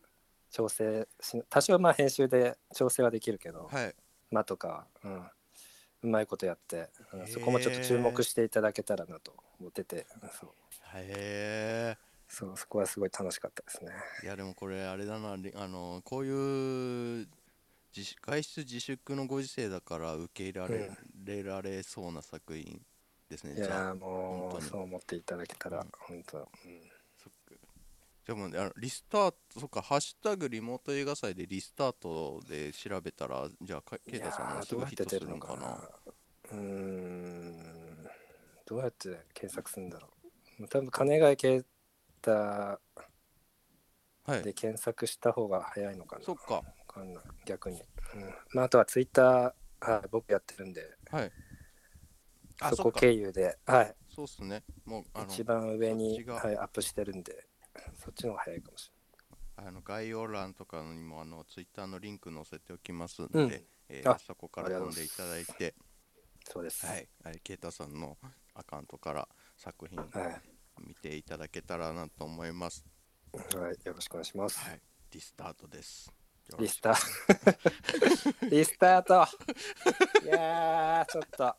Speaker 1: 調整し、多少まあ編集で調整はできるけど、
Speaker 3: はい
Speaker 1: 間とかは、うん、うまいことやって、う
Speaker 3: へ
Speaker 1: ん、
Speaker 3: ー
Speaker 1: そこもちょっと注目していただけたらなと思っててそう
Speaker 3: へえ
Speaker 1: そうそこはすごい楽しかったですね
Speaker 3: いやでもこれあれだなりあのこういう自粛外出自粛のご時世だから受け入れられ,、られそうな作品ですね
Speaker 1: い
Speaker 3: じゃあ
Speaker 1: やー
Speaker 3: 本
Speaker 1: も
Speaker 3: 当
Speaker 1: う
Speaker 3: に
Speaker 1: そう思っていただけたら、
Speaker 3: うん
Speaker 1: 本当、うん、
Speaker 3: そっかじゃあもうねあのリスタートそっか「ハッシュタグリモート映画祭」でリスタートで調べたらじゃあかケイタさん
Speaker 1: いや
Speaker 3: も
Speaker 1: ー
Speaker 3: す
Speaker 1: どう
Speaker 3: ぐ
Speaker 1: やっ
Speaker 3: ヒ
Speaker 1: て
Speaker 3: ットす
Speaker 1: 出
Speaker 3: る
Speaker 1: る
Speaker 3: の
Speaker 1: の
Speaker 3: か
Speaker 1: か
Speaker 3: な
Speaker 1: なうーんどうやって検索するんだろう多分金貝啓太
Speaker 3: はい
Speaker 1: で検索した方が早いのかな
Speaker 3: そっか
Speaker 1: わかんない逆に、うんまあ、あとはツイッター、はい、僕やってるんで
Speaker 3: はいあ
Speaker 1: そ
Speaker 3: そ
Speaker 1: こ
Speaker 3: っか
Speaker 1: 経由で、はい、
Speaker 3: そうっすねもうあの
Speaker 1: 一番上
Speaker 3: そっち
Speaker 1: に、
Speaker 3: が
Speaker 1: はい、アップしてるんでそっちの方が早いかもし
Speaker 3: あの概要欄とかにもあのツイッターのリンク載せておきますので、
Speaker 1: うん
Speaker 3: え
Speaker 1: あ
Speaker 3: ーそこか
Speaker 1: あり
Speaker 3: ら
Speaker 1: がと
Speaker 3: 飛
Speaker 1: うんござ
Speaker 3: で
Speaker 1: い
Speaker 3: い
Speaker 1: ます
Speaker 3: ただい
Speaker 1: れ
Speaker 3: て、
Speaker 1: ないそうです、
Speaker 3: はい、あれケイタさんのアカウントから作品
Speaker 1: はい
Speaker 3: 見ていただけたらなと思います。
Speaker 1: はい、よろしくお願いします、
Speaker 3: はい、リスタートです。よろ
Speaker 1: リ
Speaker 3: し
Speaker 1: ス
Speaker 3: く
Speaker 1: ターリスター <laughs> トいやーちょっと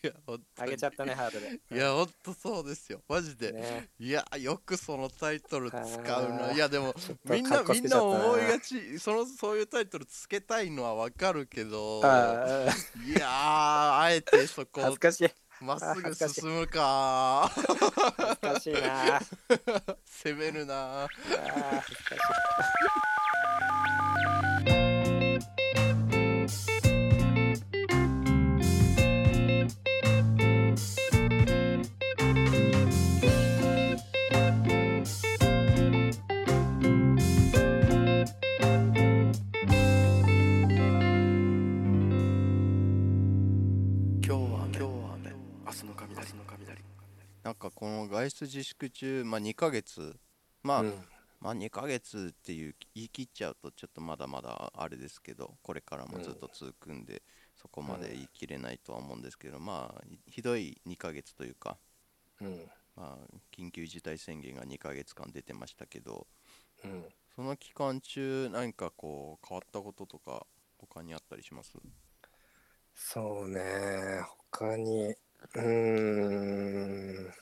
Speaker 3: いや、ほんと
Speaker 1: 上
Speaker 3: に
Speaker 1: げちゃったねハードル
Speaker 3: いや、ほんとそうですよ。マジで。
Speaker 1: ね
Speaker 3: いや、よくそのタイトル使う
Speaker 1: あ
Speaker 3: な。
Speaker 1: ー
Speaker 3: いや、でも、
Speaker 1: と
Speaker 3: みんな、
Speaker 1: かっこ
Speaker 3: み
Speaker 1: つ
Speaker 3: ん
Speaker 1: けちゃ
Speaker 3: な
Speaker 1: ったな
Speaker 3: 思いがち、その、そういうタイトルつけたいのはわかるけど、いや
Speaker 1: あー
Speaker 3: ー、あえてそこ
Speaker 1: 恥ずかしい
Speaker 3: まっす
Speaker 1: 恥ず
Speaker 3: ぐ
Speaker 1: かしい
Speaker 3: 進むか
Speaker 1: 恥ずかしいなあー
Speaker 3: 攻めるな
Speaker 1: 恥ずかしい
Speaker 2: 今日は雨今日は雨明日の雷明日の雷
Speaker 3: なんかこの外出自粛中、まあ、2ヶ月まあ、
Speaker 1: うん
Speaker 3: まあ2ヶ月っていう言い切っちゃうとちょっとまだまだあれですけどこれからもずっと続くんで、そこまで言い切れないとは思うんですけど、まあいひどい2ヶ月というか、
Speaker 1: うん
Speaker 3: まあ、緊急事態宣言が2ヶ月間出てましたけど
Speaker 1: うん
Speaker 3: その期間中何かこう変わったこととか他にあったりします
Speaker 1: そうね他にうーん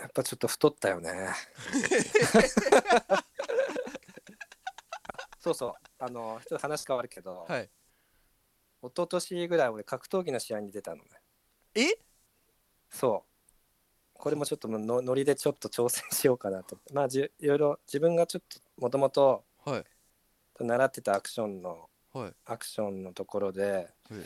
Speaker 1: やっぱちょっと太ったよね
Speaker 3: <laughs>
Speaker 1: そうそうあのちょっと話変わるけど、
Speaker 3: はい
Speaker 1: 一昨年ぐらい俺格闘技の試合に出たのね
Speaker 3: え
Speaker 1: そうこれもちょっともうのノリでちょっと挑戦しようかなとまあじゅいろいろ自分がちょっともともと
Speaker 3: はい
Speaker 1: 習ってたアクションの
Speaker 3: はい
Speaker 1: アクションのところで
Speaker 3: はい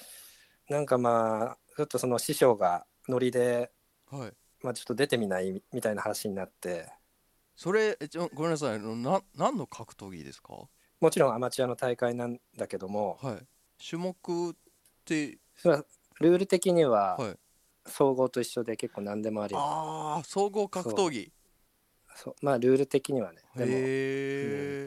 Speaker 1: なんかまあちょっとその師匠がノリで、
Speaker 3: はい
Speaker 1: まあ、ちょっと出てみないみみたいな話になって
Speaker 3: それえちょごめんなさいあのな何の格闘技ですか
Speaker 1: もちろんアマチュアの大会なんだけども
Speaker 3: はい種目って
Speaker 1: それはルール的には
Speaker 3: はい
Speaker 1: 総合と一緒で結構何でもあり、
Speaker 3: ああ総合格闘技
Speaker 1: そうまあルール的にはねでも
Speaker 3: へ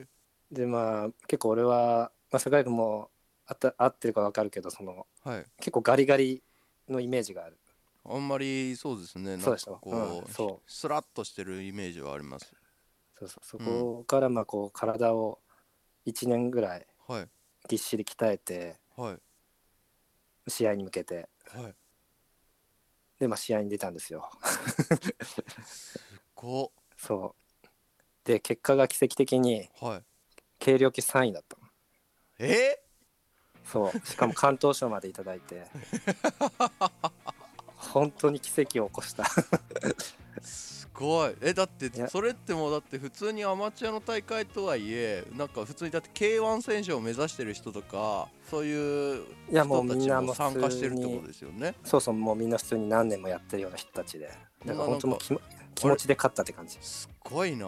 Speaker 3: え
Speaker 1: でまあ結構俺は、まあ、坂井君もあった合ってるか分かるけどその
Speaker 3: はい
Speaker 1: 結構ガリガリのイメージがある
Speaker 3: あんまりそうですね
Speaker 1: そ
Speaker 3: な
Speaker 1: うんでし
Speaker 3: か
Speaker 1: ょ、
Speaker 3: こ
Speaker 1: うん
Speaker 3: う
Speaker 1: そう
Speaker 3: スラッとしてるイメージはあります
Speaker 1: そうそうそこからまあこう体を1年ぐらい
Speaker 3: はい
Speaker 1: ぎっしり鍛えて
Speaker 3: はい
Speaker 1: 試合に向けて
Speaker 3: はい
Speaker 1: でまあ試合に出たんですよ
Speaker 3: こ
Speaker 1: そうで結果が奇跡的に
Speaker 3: うはい
Speaker 1: 軽量級3位だったの
Speaker 3: え
Speaker 1: そうしかも関東賞までいただい
Speaker 3: <laughs>
Speaker 1: て本当に奇跡を起こした
Speaker 3: ー、すごいえだって
Speaker 1: いや
Speaker 3: それってもうだって普通にアマチュアの大会とはいえなんか普通にだって K1 選手を目指してる人とかそういう
Speaker 1: いやもう
Speaker 3: 人
Speaker 1: み
Speaker 3: た
Speaker 1: ん
Speaker 3: ち
Speaker 1: な
Speaker 3: も
Speaker 1: もう
Speaker 3: 参加して
Speaker 1: 普通
Speaker 3: るって
Speaker 1: に
Speaker 3: ことですよね
Speaker 1: そうそうもうみんな普通に何年もやってるような人たちでだから本当もう気も気持ちで勝ったって感じ
Speaker 3: すごいな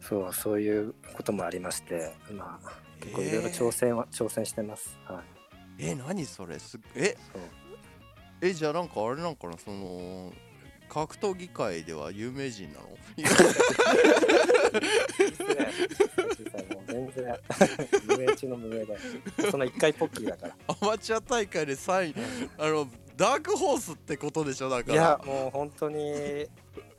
Speaker 1: そうそういうこともありまして、まあ、結構いろいろ挑戦は、挑戦してます。はい、
Speaker 3: えーえ何それすっえ
Speaker 1: そう
Speaker 3: えじゃあなんかあれなんかなその格闘技界では有名人なの
Speaker 1: 実際もう全然無名中の無名だよその一回ポッキーだ
Speaker 3: <laughs>
Speaker 1: から
Speaker 3: アマチュア大会で3位あのダークホースってことでしょだから
Speaker 1: いやもう本当に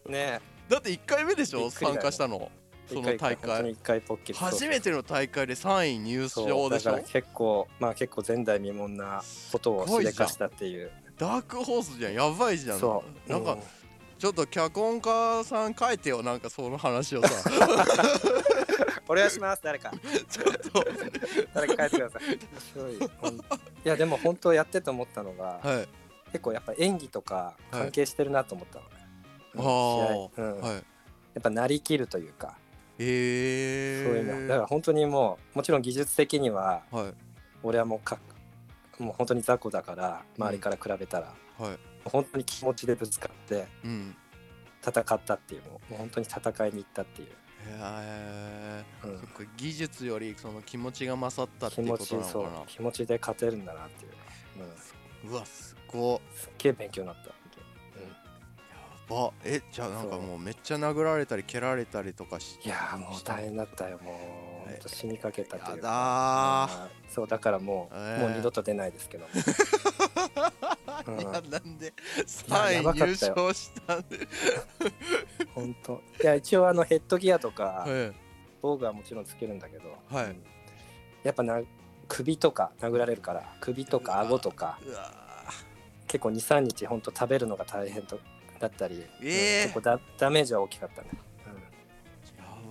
Speaker 1: ね
Speaker 3: だって1回目でしょ
Speaker 1: びっくりだ
Speaker 3: 参
Speaker 1: よ
Speaker 3: 加したのそ
Speaker 1: 一
Speaker 3: の
Speaker 1: 回
Speaker 3: 大
Speaker 1: 一回本当に
Speaker 3: 会
Speaker 1: 一回ポッキー
Speaker 3: 初めての大会で3位入
Speaker 1: そう
Speaker 3: 賞
Speaker 1: そう
Speaker 3: で
Speaker 1: だ
Speaker 3: し
Speaker 1: か
Speaker 3: ょ
Speaker 1: ら結構まあ結構前代未聞なことをしでかしたっていう
Speaker 3: ダークホースじゃんやばいじゃん
Speaker 1: そう
Speaker 3: なんか、
Speaker 1: う
Speaker 3: ちょっと脚本家さん書いてよなんかその話
Speaker 1: <laughs>
Speaker 3: をさ
Speaker 1: お願いします誰か
Speaker 3: <laughs> ちょっと
Speaker 1: 誰か帰ってください面白いほんいやでも本当やってて思ったのが、
Speaker 3: はい
Speaker 1: 結構やっぱ演技とか関係してるなと思ったのね、
Speaker 3: はい
Speaker 1: うん試合うん
Speaker 3: はい
Speaker 1: やっぱなりきるというかそういうのだか
Speaker 3: え
Speaker 1: ら本当にもうもちろん技術的には
Speaker 3: ー、はい
Speaker 1: 俺はもうかもう本当に雑魚だから周りから比べたら、
Speaker 3: はい
Speaker 1: 本当に気持ちでぶつかって
Speaker 3: うん
Speaker 1: 戦ったっていうもう本当に戦いに行ったっていう、
Speaker 3: へ
Speaker 1: う
Speaker 3: ー
Speaker 1: ん
Speaker 3: <laughs> そっか技術よりその気持ちが勝ったって
Speaker 1: 気
Speaker 3: いう
Speaker 1: 持
Speaker 3: こ
Speaker 1: ち
Speaker 3: となのか
Speaker 1: そう
Speaker 3: な
Speaker 1: 気持ちで勝てるんだなっていう、うん、
Speaker 3: うわすごっ
Speaker 1: すっげえ勉強になった本当にうん
Speaker 3: やばえじゃあなんか
Speaker 1: そう
Speaker 3: もうめっちゃ殴られたり蹴られたりとかし
Speaker 1: いやーもう大変だったよもう
Speaker 3: え
Speaker 1: ほんと死にかけたという
Speaker 3: やだー
Speaker 1: うんそうだからもう、
Speaker 3: えー
Speaker 1: もう二度と出ないです
Speaker 3: <laughs>
Speaker 1: けどうん
Speaker 3: いやなんで
Speaker 1: やや
Speaker 3: 3
Speaker 1: ば
Speaker 3: 位
Speaker 1: か
Speaker 3: 優
Speaker 1: ったよ
Speaker 3: 勝したんで、
Speaker 1: <laughs> 本当いや一応あのヘッドギアとか
Speaker 3: はい、
Speaker 1: 防具はもちろんつけるんだけど、
Speaker 3: はい
Speaker 1: うんやっぱな首とか殴られるから首と
Speaker 3: う
Speaker 1: か
Speaker 3: わ
Speaker 1: 顎とか
Speaker 3: うわー
Speaker 1: 結構23日本当食べるのが大変とだったり、
Speaker 3: えー
Speaker 1: うん結構ダダメージは大きかったね、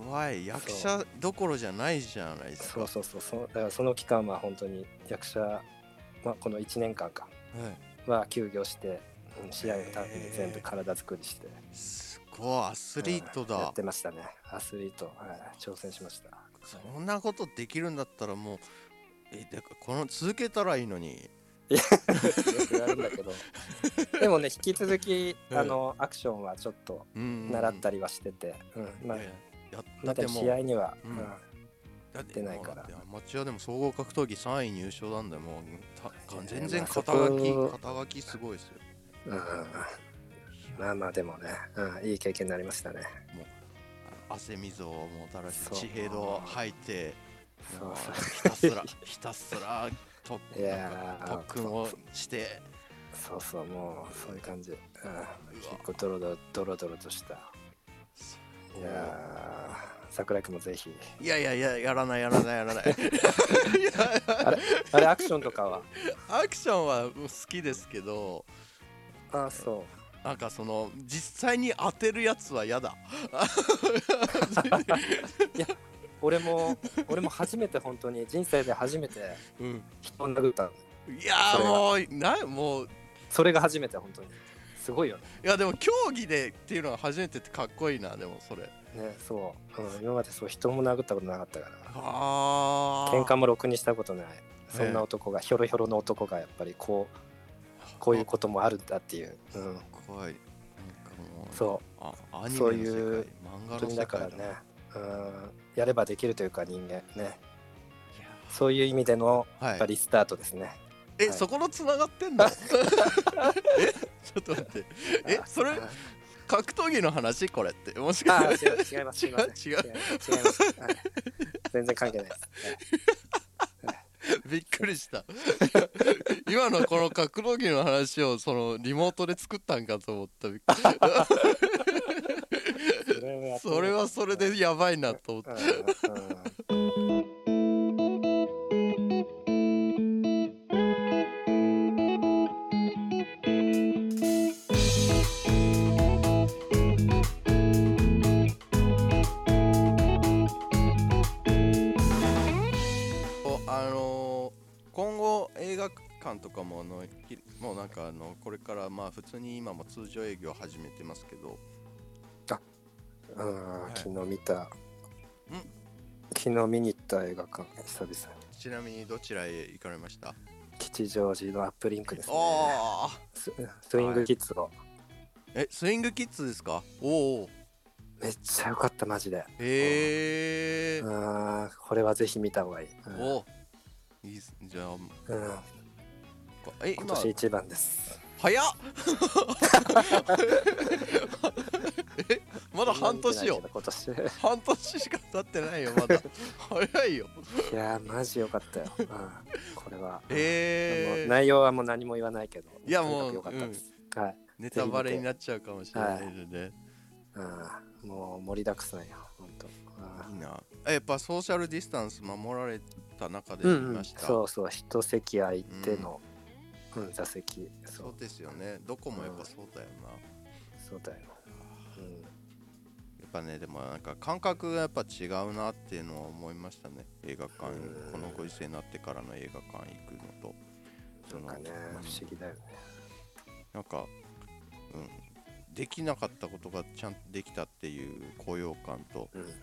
Speaker 1: うん
Speaker 3: やばい役者どころじゃないじゃないですか
Speaker 1: そうそうそうそうだからその期間は本当に役者、まあ、この1年間か
Speaker 3: はい
Speaker 1: は休業して、うん、試合のため
Speaker 3: へ
Speaker 1: に
Speaker 3: ー
Speaker 1: 全部体作りして、
Speaker 3: すごいアスリート
Speaker 1: うんや
Speaker 3: だ
Speaker 1: っ、てましたねアスリート、はい、挑戦しま
Speaker 3: <laughs>
Speaker 1: した
Speaker 3: そんなことできるんだったらもうえてかこの続けたらいいのに
Speaker 1: よくやるんだけどでもね引き続
Speaker 3: <laughs>
Speaker 1: きあのアクションはちょっと習った
Speaker 3: り、
Speaker 1: りはしてて、うんまあ
Speaker 3: いやいやだ
Speaker 1: まだ
Speaker 3: ってもう
Speaker 1: 試合には、
Speaker 3: うん
Speaker 1: うん
Speaker 3: だっ
Speaker 1: 出ないから
Speaker 3: だってアマチュアでも総合格闘技3位入賞なんだよもうた
Speaker 1: いや
Speaker 3: 全然
Speaker 1: まあ
Speaker 3: 肩
Speaker 1: そ
Speaker 3: 書き
Speaker 1: こ
Speaker 3: 肩書きすごいですよ
Speaker 1: うんまあまあでもね、うん、いい経験になりましたね
Speaker 3: 汗水をもたらし
Speaker 1: そう
Speaker 3: 地平道吐いて
Speaker 1: そう
Speaker 3: もう
Speaker 1: そう
Speaker 3: ひたすら <laughs> ひたすらと
Speaker 1: いやー
Speaker 3: 特訓をして
Speaker 1: そうそうもうそういう感じ、うん、結
Speaker 3: うわ
Speaker 1: 構ドロドロドロドロとしたいやー桜井君もぜ
Speaker 3: <laughs>
Speaker 1: ひ
Speaker 3: いやいやいややらないやらないやらない
Speaker 1: <laughs>
Speaker 3: いや
Speaker 1: あれアクションとかは
Speaker 3: アクションは好きですけど
Speaker 1: あそ
Speaker 3: なんかその実際に当てるやつは嫌だ
Speaker 1: う俺も俺も初めて本当に人生で初めて
Speaker 3: うん
Speaker 1: 人を殴ったの
Speaker 3: いやーもうなもう
Speaker 1: それが初めて本当にすごいよね
Speaker 3: いやでも競技でっていうのは初めてってかっこいいなでもそれ
Speaker 1: ねそう、うん、今までそう人も殴ったことなかったから
Speaker 3: あ
Speaker 1: 喧嘩もろくにしたことないそんな男がひょろひょろの男がやっぱりこうこういうこともあるんだっていう、うん、
Speaker 3: 怖いなんかもう
Speaker 1: そう
Speaker 3: あアニメの
Speaker 1: そ
Speaker 3: 世界
Speaker 1: ういう本
Speaker 3: 漫画
Speaker 1: 当
Speaker 3: の
Speaker 1: に
Speaker 3: 世
Speaker 1: だ
Speaker 3: 界
Speaker 1: から
Speaker 3: い
Speaker 1: ね
Speaker 3: や
Speaker 1: うんやればできるというか人間ねそういう意味での
Speaker 3: ー
Speaker 1: やっ
Speaker 3: は
Speaker 1: ぱ
Speaker 3: い
Speaker 1: リスタートですね、
Speaker 3: え、
Speaker 1: はい
Speaker 3: そこのつながってんの <laughs> えちょっと待ってえ
Speaker 1: あ
Speaker 3: それ
Speaker 1: あ
Speaker 3: 格闘技の話これってもし
Speaker 1: あ
Speaker 3: かして
Speaker 1: 違う違いますすいません違い
Speaker 3: <laughs> 違う
Speaker 1: ます違いますはい全然関係ないですはい
Speaker 3: びっくりした <laughs> 今のこの格闘技の話をそのリモートで作ったんかと思ったびっくり
Speaker 1: それはやってみよう
Speaker 3: <laughs> それはそれでやばいなと思って
Speaker 1: うん
Speaker 3: おあのー今後映画館とかもあのきもうなんかあのこれからまあ普通に今も通常営業始めてますけど
Speaker 1: うん
Speaker 3: はい
Speaker 1: 昨日見た昨日見に行った映画館久々に
Speaker 3: ちなみにどちらへ行かれました
Speaker 1: 吉祥寺のアップリンクですね
Speaker 3: ああ
Speaker 1: ススイングキッズを
Speaker 3: えスイングキッズですかおーおー
Speaker 1: めっちゃ良かったマジで
Speaker 3: へえ
Speaker 1: う。んこれはぜひ見た方がいい、うん
Speaker 3: おいいっすじゃあ、
Speaker 1: うん、
Speaker 3: こえ、
Speaker 1: 今
Speaker 3: 今、
Speaker 1: 年一番です
Speaker 3: 早っえ、まだ半年よ。
Speaker 1: 今年
Speaker 3: 半年しか経ってないよ、
Speaker 1: <laughs>
Speaker 3: まだ。早いよ。
Speaker 1: いやーマジ良かったよ、うん、これは、も
Speaker 3: え
Speaker 1: う
Speaker 3: ー、
Speaker 1: 内容はもう何も言わないけど
Speaker 3: いやもう
Speaker 1: とにかく良かったです、はい、
Speaker 3: ネタバレになっちゃうかもしれないので、
Speaker 1: うん、もう盛りだくさんや本当
Speaker 3: いいな。えやっぱソーシャルディスタンス守られた中で
Speaker 1: う
Speaker 3: 見
Speaker 1: ん、うん、
Speaker 3: ました。
Speaker 1: そうそう一席空いての、うん座席そ
Speaker 3: そううですよね。どこもやっぱそうだよな。
Speaker 1: そうだよ、うん、
Speaker 3: やっぱねでもなんか感覚がやっぱ違うなっていうのは思いましたね映画館
Speaker 1: うん
Speaker 3: このご時世になってからの映画館行くのとそ
Speaker 1: なん
Speaker 3: の
Speaker 1: かね
Speaker 3: うん
Speaker 1: 不思議だよね
Speaker 3: なんか、うん、できなかったことがちゃんとできたっていう高揚感と
Speaker 1: うん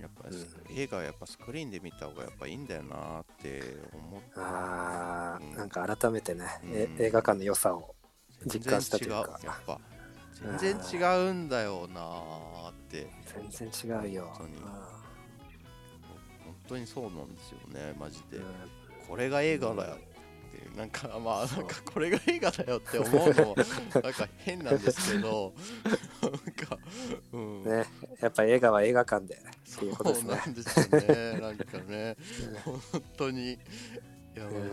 Speaker 3: やっぱり、
Speaker 1: う
Speaker 3: 映画はやっぱスクリーンで見た方がやっぱいいんだよなって思って
Speaker 1: あー
Speaker 3: うん
Speaker 1: なんか改めてね、え
Speaker 3: うん
Speaker 1: 映画館の良さを
Speaker 3: 全
Speaker 1: 実
Speaker 3: 然
Speaker 1: 感した
Speaker 3: 違
Speaker 1: というう
Speaker 3: や
Speaker 1: か
Speaker 3: っぱ全然違うんだよなーって
Speaker 1: 全然違うよ
Speaker 3: 本当に
Speaker 1: う
Speaker 3: 本当にそうなんですよねマジで
Speaker 1: んうん
Speaker 3: これが映画だよっていうなんかまあなんかこれが映画だよって思うのもなんか変なん
Speaker 1: <laughs>
Speaker 3: ですけどなんかうん
Speaker 1: ね、やっぱ映画は映画館でっていうことです
Speaker 3: そう
Speaker 1: ね
Speaker 3: なんですよねなんか
Speaker 1: <laughs>
Speaker 3: ね本当にいやマジで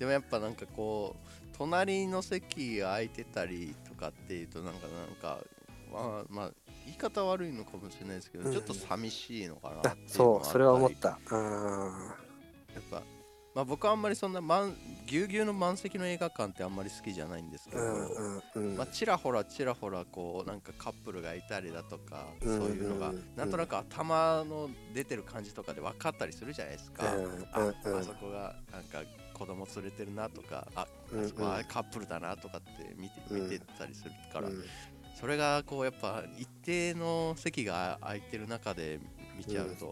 Speaker 3: でもやっぱなんかこう隣の席が空いてたりとかっていうとなんかなんかまあまあ言い方悪いのかもしれないですけど、
Speaker 1: うん
Speaker 3: ちょっと寂しいのかな
Speaker 1: あ
Speaker 3: っていうのがあ
Speaker 1: そ
Speaker 3: っ
Speaker 1: う
Speaker 3: たり
Speaker 1: それは思ったうん
Speaker 3: やっぱ、まあ、僕はあんまりそんな満ぎゅうぎゅうの満席の映画館ってあんまり好きじゃないんですけ
Speaker 1: う
Speaker 3: ど、
Speaker 1: んうんうん
Speaker 3: まあ、ちらほらちらほらこうなんかカップルがいたりだとか、
Speaker 1: うん
Speaker 3: そういうのが
Speaker 1: うん
Speaker 3: なんとなく頭の出てる感じとかで分かったりするじゃないですか、あ
Speaker 1: うんうん
Speaker 3: あそこがなんか子供連れてるなとかあ
Speaker 1: うんうん
Speaker 3: あそこはカップルだなとかって見て
Speaker 1: うん
Speaker 3: 見てたりするから、
Speaker 1: うん
Speaker 3: それがこうやっぱ一定の席が空いてる中で見ちゃうと、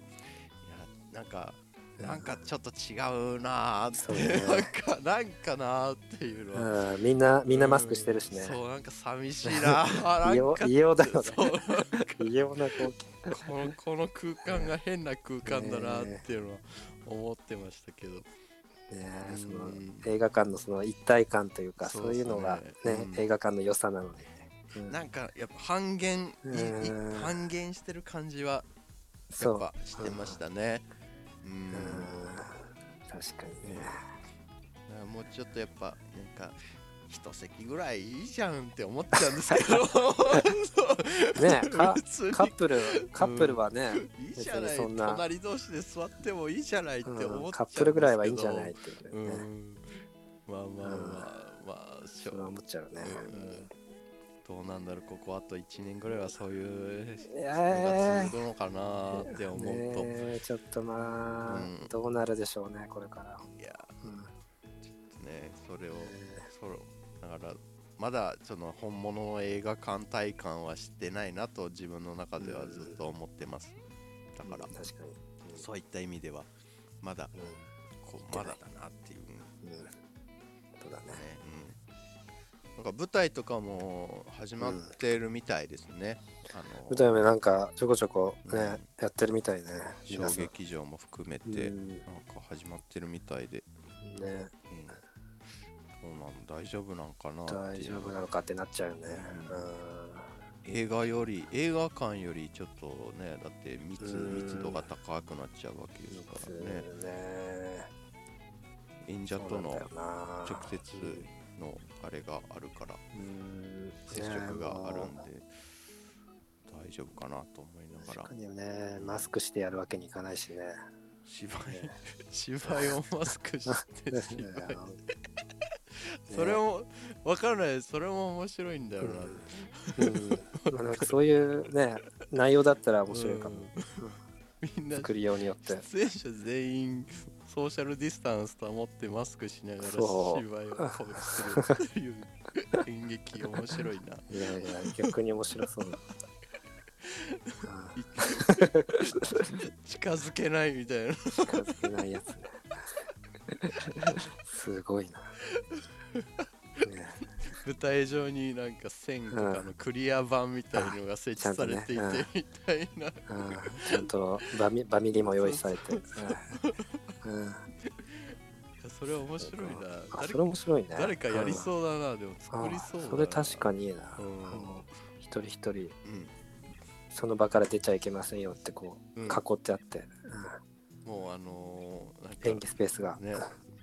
Speaker 3: いやなんかなんかちょっと違うなー
Speaker 1: そう
Speaker 3: って、
Speaker 1: ね
Speaker 3: なんかなんかなーっていうのは、
Speaker 1: うんみんなみんなマスクしてるしね
Speaker 3: うんそうなんか寂しいな
Speaker 1: <laughs>
Speaker 3: ー
Speaker 1: 異
Speaker 3: なん
Speaker 1: 様
Speaker 3: か
Speaker 1: 異様だよね
Speaker 3: そう
Speaker 1: 異様な光景
Speaker 3: このこの空間が変な空間だなーっていうのは思ってましたけど、
Speaker 1: ね
Speaker 3: うん
Speaker 1: その映画館のその一体感というか
Speaker 3: そ
Speaker 1: そう
Speaker 3: うっすね
Speaker 1: いうのがね
Speaker 3: うん
Speaker 1: 映画館の良さなのでうん
Speaker 3: なんかやっぱ半減いい
Speaker 1: うん
Speaker 3: 半減してる感じはや
Speaker 1: そ
Speaker 3: っ
Speaker 1: う
Speaker 3: ぱしてましたねうん
Speaker 1: うん確かにね
Speaker 3: だからもうちょっとやっぱなんか一席ぐらいいいじゃんって思っちゃうんですけど <laughs>
Speaker 1: ねか
Speaker 3: 別に
Speaker 1: カップルカップルはね
Speaker 3: いいじゃない
Speaker 1: 別にそんな
Speaker 3: 隣同士で座ってもいいじゃないって思っちゃ
Speaker 1: う
Speaker 3: うんですけど
Speaker 1: んカップルぐらいはいいんじゃないっていううね
Speaker 3: んまあまあまあまあし
Speaker 1: そ
Speaker 3: ょ
Speaker 1: れは思っちゃうね
Speaker 3: うんどうなんだろうここあと1年ぐらいはそうい
Speaker 1: う
Speaker 3: う
Speaker 1: んい
Speaker 3: のが
Speaker 1: やー
Speaker 3: 続くのかなって思うと、
Speaker 1: ねちょっとま
Speaker 3: うん
Speaker 1: あどうなるでしょうねこれから
Speaker 3: いや
Speaker 1: うん
Speaker 3: ねそれを
Speaker 1: ね
Speaker 3: それだからまだその本物の映画館体感はしてないなと自分の中ではずっと思ってますだから
Speaker 1: うん確かに
Speaker 3: そういった意味ではまだこうまだだなっていう
Speaker 1: うんうんそうだね
Speaker 3: ね、うん、なんか舞台とかも始まってるみたいですね、あの
Speaker 1: 舞台もなんかちょこちょこね、
Speaker 3: うん
Speaker 1: やってるみたいね
Speaker 3: 小
Speaker 1: 皆さん
Speaker 3: 劇場も含めて、
Speaker 1: うん
Speaker 3: なん
Speaker 1: ね
Speaker 3: か始まってるみたいで、うん、そうなん大丈夫なんかなって
Speaker 1: 大
Speaker 3: いう
Speaker 1: 丈夫なのかってなっちゃうよね
Speaker 3: うん映画より映画館よりちょっとねだって密
Speaker 1: うん
Speaker 3: 密度が高くなっちゃうわけですか
Speaker 1: うん
Speaker 3: らね
Speaker 1: ね
Speaker 3: 演者と
Speaker 1: そうなんだよ
Speaker 3: の
Speaker 1: な
Speaker 3: 直接のあれがあるから
Speaker 1: うん
Speaker 3: 接触があるん
Speaker 1: ね
Speaker 3: で大丈夫かなと思いなが
Speaker 1: 確
Speaker 3: ら
Speaker 1: かにねマスクしてやるわけにいかないしね
Speaker 3: 芝居
Speaker 1: ね
Speaker 3: 芝居をマスクして
Speaker 1: <laughs> ね
Speaker 3: 芝居
Speaker 1: あのね
Speaker 3: <laughs> それも分からないそれも面白いんだよな
Speaker 1: うんまあなんかそういうね内容だったら面白いかも、
Speaker 3: みんな
Speaker 1: 作りようによって
Speaker 3: 出演者全員ソーシャルディスタンス保ってマスクしながら芝居
Speaker 1: そう
Speaker 3: をこうするっていう演劇面白い
Speaker 1: <laughs>
Speaker 3: ない
Speaker 1: やいや逆に面白
Speaker 3: <laughs>
Speaker 1: そうなうん
Speaker 3: 近づけないみたいな
Speaker 1: 近づけないやつねすごいな、ね
Speaker 3: 舞台上になんか線とか
Speaker 1: う
Speaker 3: のクリア板みたいのが設置
Speaker 1: ちゃん
Speaker 3: さ
Speaker 1: と
Speaker 3: れ
Speaker 1: ね
Speaker 3: ていて
Speaker 1: うん
Speaker 3: みたいな、
Speaker 1: うんちゃんとバミバミリも用意されて。うんうん
Speaker 3: それは面白いな
Speaker 1: あ
Speaker 3: 誰
Speaker 1: それ面白いね。
Speaker 3: 誰かやり
Speaker 1: うん。
Speaker 3: そうだな、でも作り
Speaker 1: あ
Speaker 3: そうだな
Speaker 1: それ確かにいいな。
Speaker 3: うん
Speaker 1: うん一人一人
Speaker 3: うん
Speaker 1: その場から出ちゃいけませんよってこう
Speaker 3: うん
Speaker 1: 囲ってあって、
Speaker 3: もうあのーなん
Speaker 1: うん
Speaker 3: か
Speaker 1: 演技スペースが。
Speaker 3: ね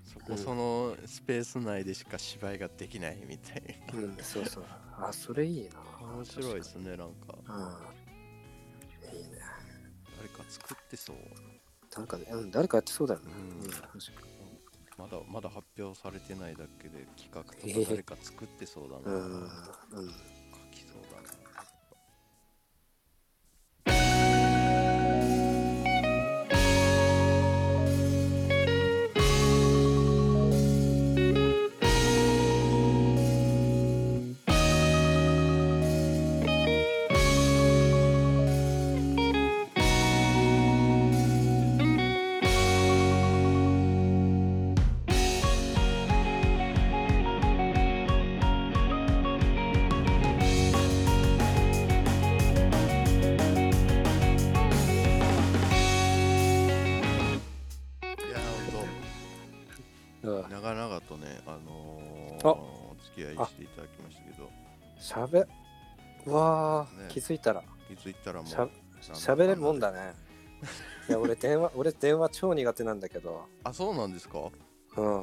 Speaker 3: そこ
Speaker 1: うん
Speaker 3: そのスペース内でしか芝居ができないみたい
Speaker 1: うん、そうそう。あ、それいいな。
Speaker 3: な面白いですねなんか
Speaker 1: うん。いいね。
Speaker 3: 誰か作ってそう
Speaker 1: 誰か、うん、誰かやってそうだよね。
Speaker 3: うんまだまだ発表されてないだけで企画
Speaker 1: え
Speaker 3: と
Speaker 1: ー
Speaker 3: か誰か作ってそうだ
Speaker 1: う
Speaker 3: な、
Speaker 1: ん。うん。
Speaker 3: 書きそうだないやーほん
Speaker 1: うん
Speaker 3: と長々とねあのー、
Speaker 1: あ
Speaker 3: お付き合いしていただきましたけど
Speaker 1: しゃべうわー、
Speaker 3: ね
Speaker 1: 気づいたら
Speaker 3: 気づいたらもう
Speaker 1: しゃ
Speaker 3: なんだ
Speaker 1: しゃべれるもんだねいや俺電話俺電話超苦手なんだけど
Speaker 3: あそうなんですか
Speaker 1: うん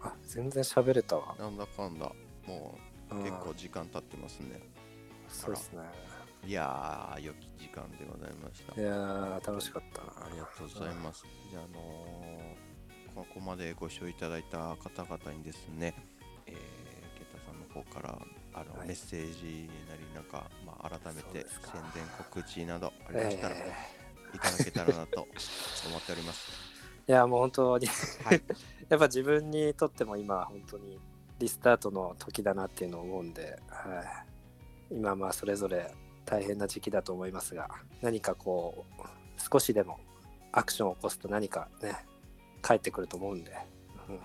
Speaker 1: あ全然しゃべれたわ、
Speaker 3: なんだかんだも
Speaker 1: う、
Speaker 3: うん結構時間経ってますね
Speaker 1: そうですね
Speaker 3: いやー良き時間でございました
Speaker 1: いやー楽しかったな
Speaker 3: ありがとうございます。じゃあ、あのーここまでご視聴いただいた方々にですね、えー、ケタさんの方からあの、
Speaker 1: はい
Speaker 3: メッセージなりなんか、まあ、改め
Speaker 1: そう
Speaker 3: て
Speaker 1: です
Speaker 3: 宣
Speaker 1: か
Speaker 3: 伝告知などありましたら、
Speaker 1: え
Speaker 3: いただけたらなと <laughs> 思っております。
Speaker 1: ーいやもう本当に
Speaker 3: はい、
Speaker 1: やっぱ自分にとっても今本当にリスタートの時だなっていうのを思うんで、はい、今まあそれぞれ大変な時期だと思いますが何かこう少しでもアクションを起こすと何かね返ってくると思うんで、うん、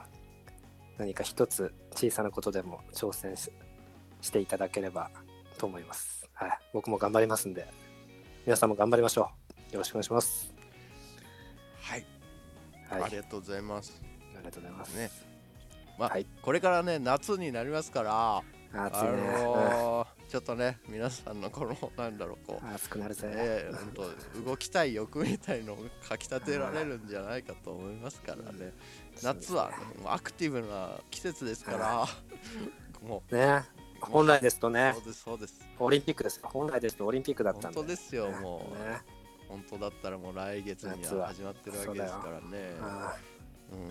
Speaker 1: 何か一つ小さなことでも挑戦ししていただければと思います、はい、僕も頑張りますんで皆さんも頑張りましょうよろしくお願いします、
Speaker 3: はい、
Speaker 1: はい、
Speaker 3: ありがとうございます。
Speaker 1: ありがとうございます
Speaker 3: ねまあ、
Speaker 1: はい
Speaker 3: これからね夏になりますから、
Speaker 1: 暑
Speaker 3: あ
Speaker 1: いね、うん
Speaker 3: のーちょっとね皆さんのこのなんだろうこう
Speaker 1: 暑くなるぜ、
Speaker 3: ええほんと動きたい欲みたいのをかきたてられるんじゃないかと思いますからね夏はアクティブな季節ですからも
Speaker 1: ね本来ですと
Speaker 3: う
Speaker 1: ね
Speaker 3: そうですそうです
Speaker 1: オリンピックです本来ですとオリンピックだったん
Speaker 3: 本
Speaker 1: で
Speaker 3: 当ですよ
Speaker 1: ね
Speaker 3: もう
Speaker 1: ね
Speaker 3: 本当だったらもう来月に
Speaker 1: 夏
Speaker 3: は
Speaker 1: は
Speaker 3: 始まってるわけですからね
Speaker 1: あ
Speaker 3: うん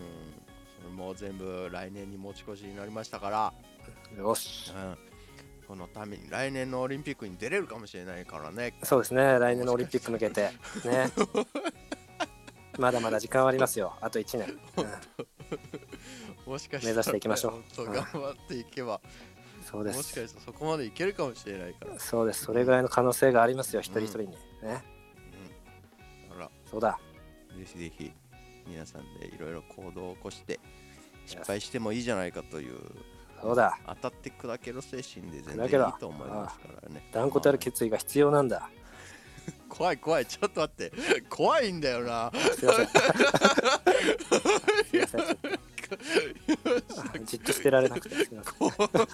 Speaker 3: それも全部来年に持ち越しになりましたから
Speaker 1: あよし
Speaker 3: うんこのために来年のオリンピックに出れるかもしれないからね
Speaker 1: そうですね来年のオリンピック向けてねまだまだ時間はありますよあと1年、うん
Speaker 3: もしかした
Speaker 1: 目
Speaker 3: ら
Speaker 1: 指していきましょう
Speaker 3: 本当頑張っていけば
Speaker 1: そうで
Speaker 3: もしか
Speaker 1: す
Speaker 3: したらそこまでいけるかもしれないから
Speaker 1: そうですそれぐらいの可能性がありますよ一人一人に、ね
Speaker 3: うん、あら
Speaker 1: そうだ
Speaker 3: ぜひぜひ皆さんでいろいろ行動を起こして失敗してもいいじゃないかという
Speaker 1: そうだ
Speaker 3: 当たって砕けろ精神で全
Speaker 1: 砕け
Speaker 3: 然
Speaker 1: ろ
Speaker 3: いいと思いますからね
Speaker 1: 断固たる決意が必要なんだ
Speaker 3: まあ怖い怖いちょっと待って怖いんだよな
Speaker 1: <laughs> すいませんすいませんちょっとじっとしてられなくてすいません
Speaker 3: 怖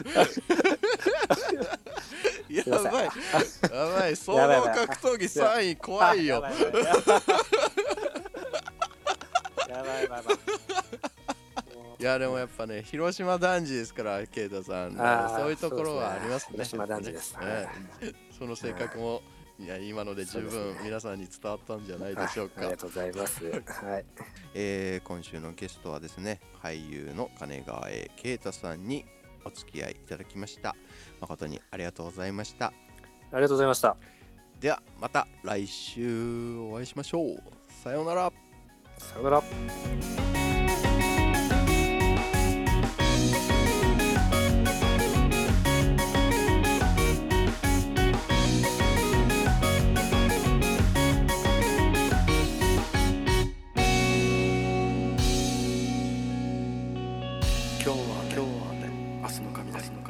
Speaker 3: いや
Speaker 1: すいません
Speaker 3: ばいやばい総合
Speaker 1: やばいやばい
Speaker 3: 格闘技3位怖いよ
Speaker 1: あやばいやばいやばいやばいやばいもう
Speaker 3: いやでもやっぱね広島男児ですから慶太さん
Speaker 1: あー
Speaker 3: そういうところはありますね
Speaker 1: そうですね広島男児です
Speaker 3: ね <laughs>
Speaker 1: はい
Speaker 3: その性格もいや今ので十
Speaker 1: そう
Speaker 3: 分
Speaker 1: ですね
Speaker 3: 皆さんに伝わったんじゃないでしょうか、
Speaker 1: はいありがとうございます。はい。
Speaker 3: えー今週のゲストはですね俳優の金川栄慶太さんにお付き合いいただきました誠にありがとうございました
Speaker 1: ありがとうございました。
Speaker 3: ではまた来週お会いしましょうさようなら
Speaker 1: さよなら。
Speaker 2: 今日は今日は雨明日の神明日の神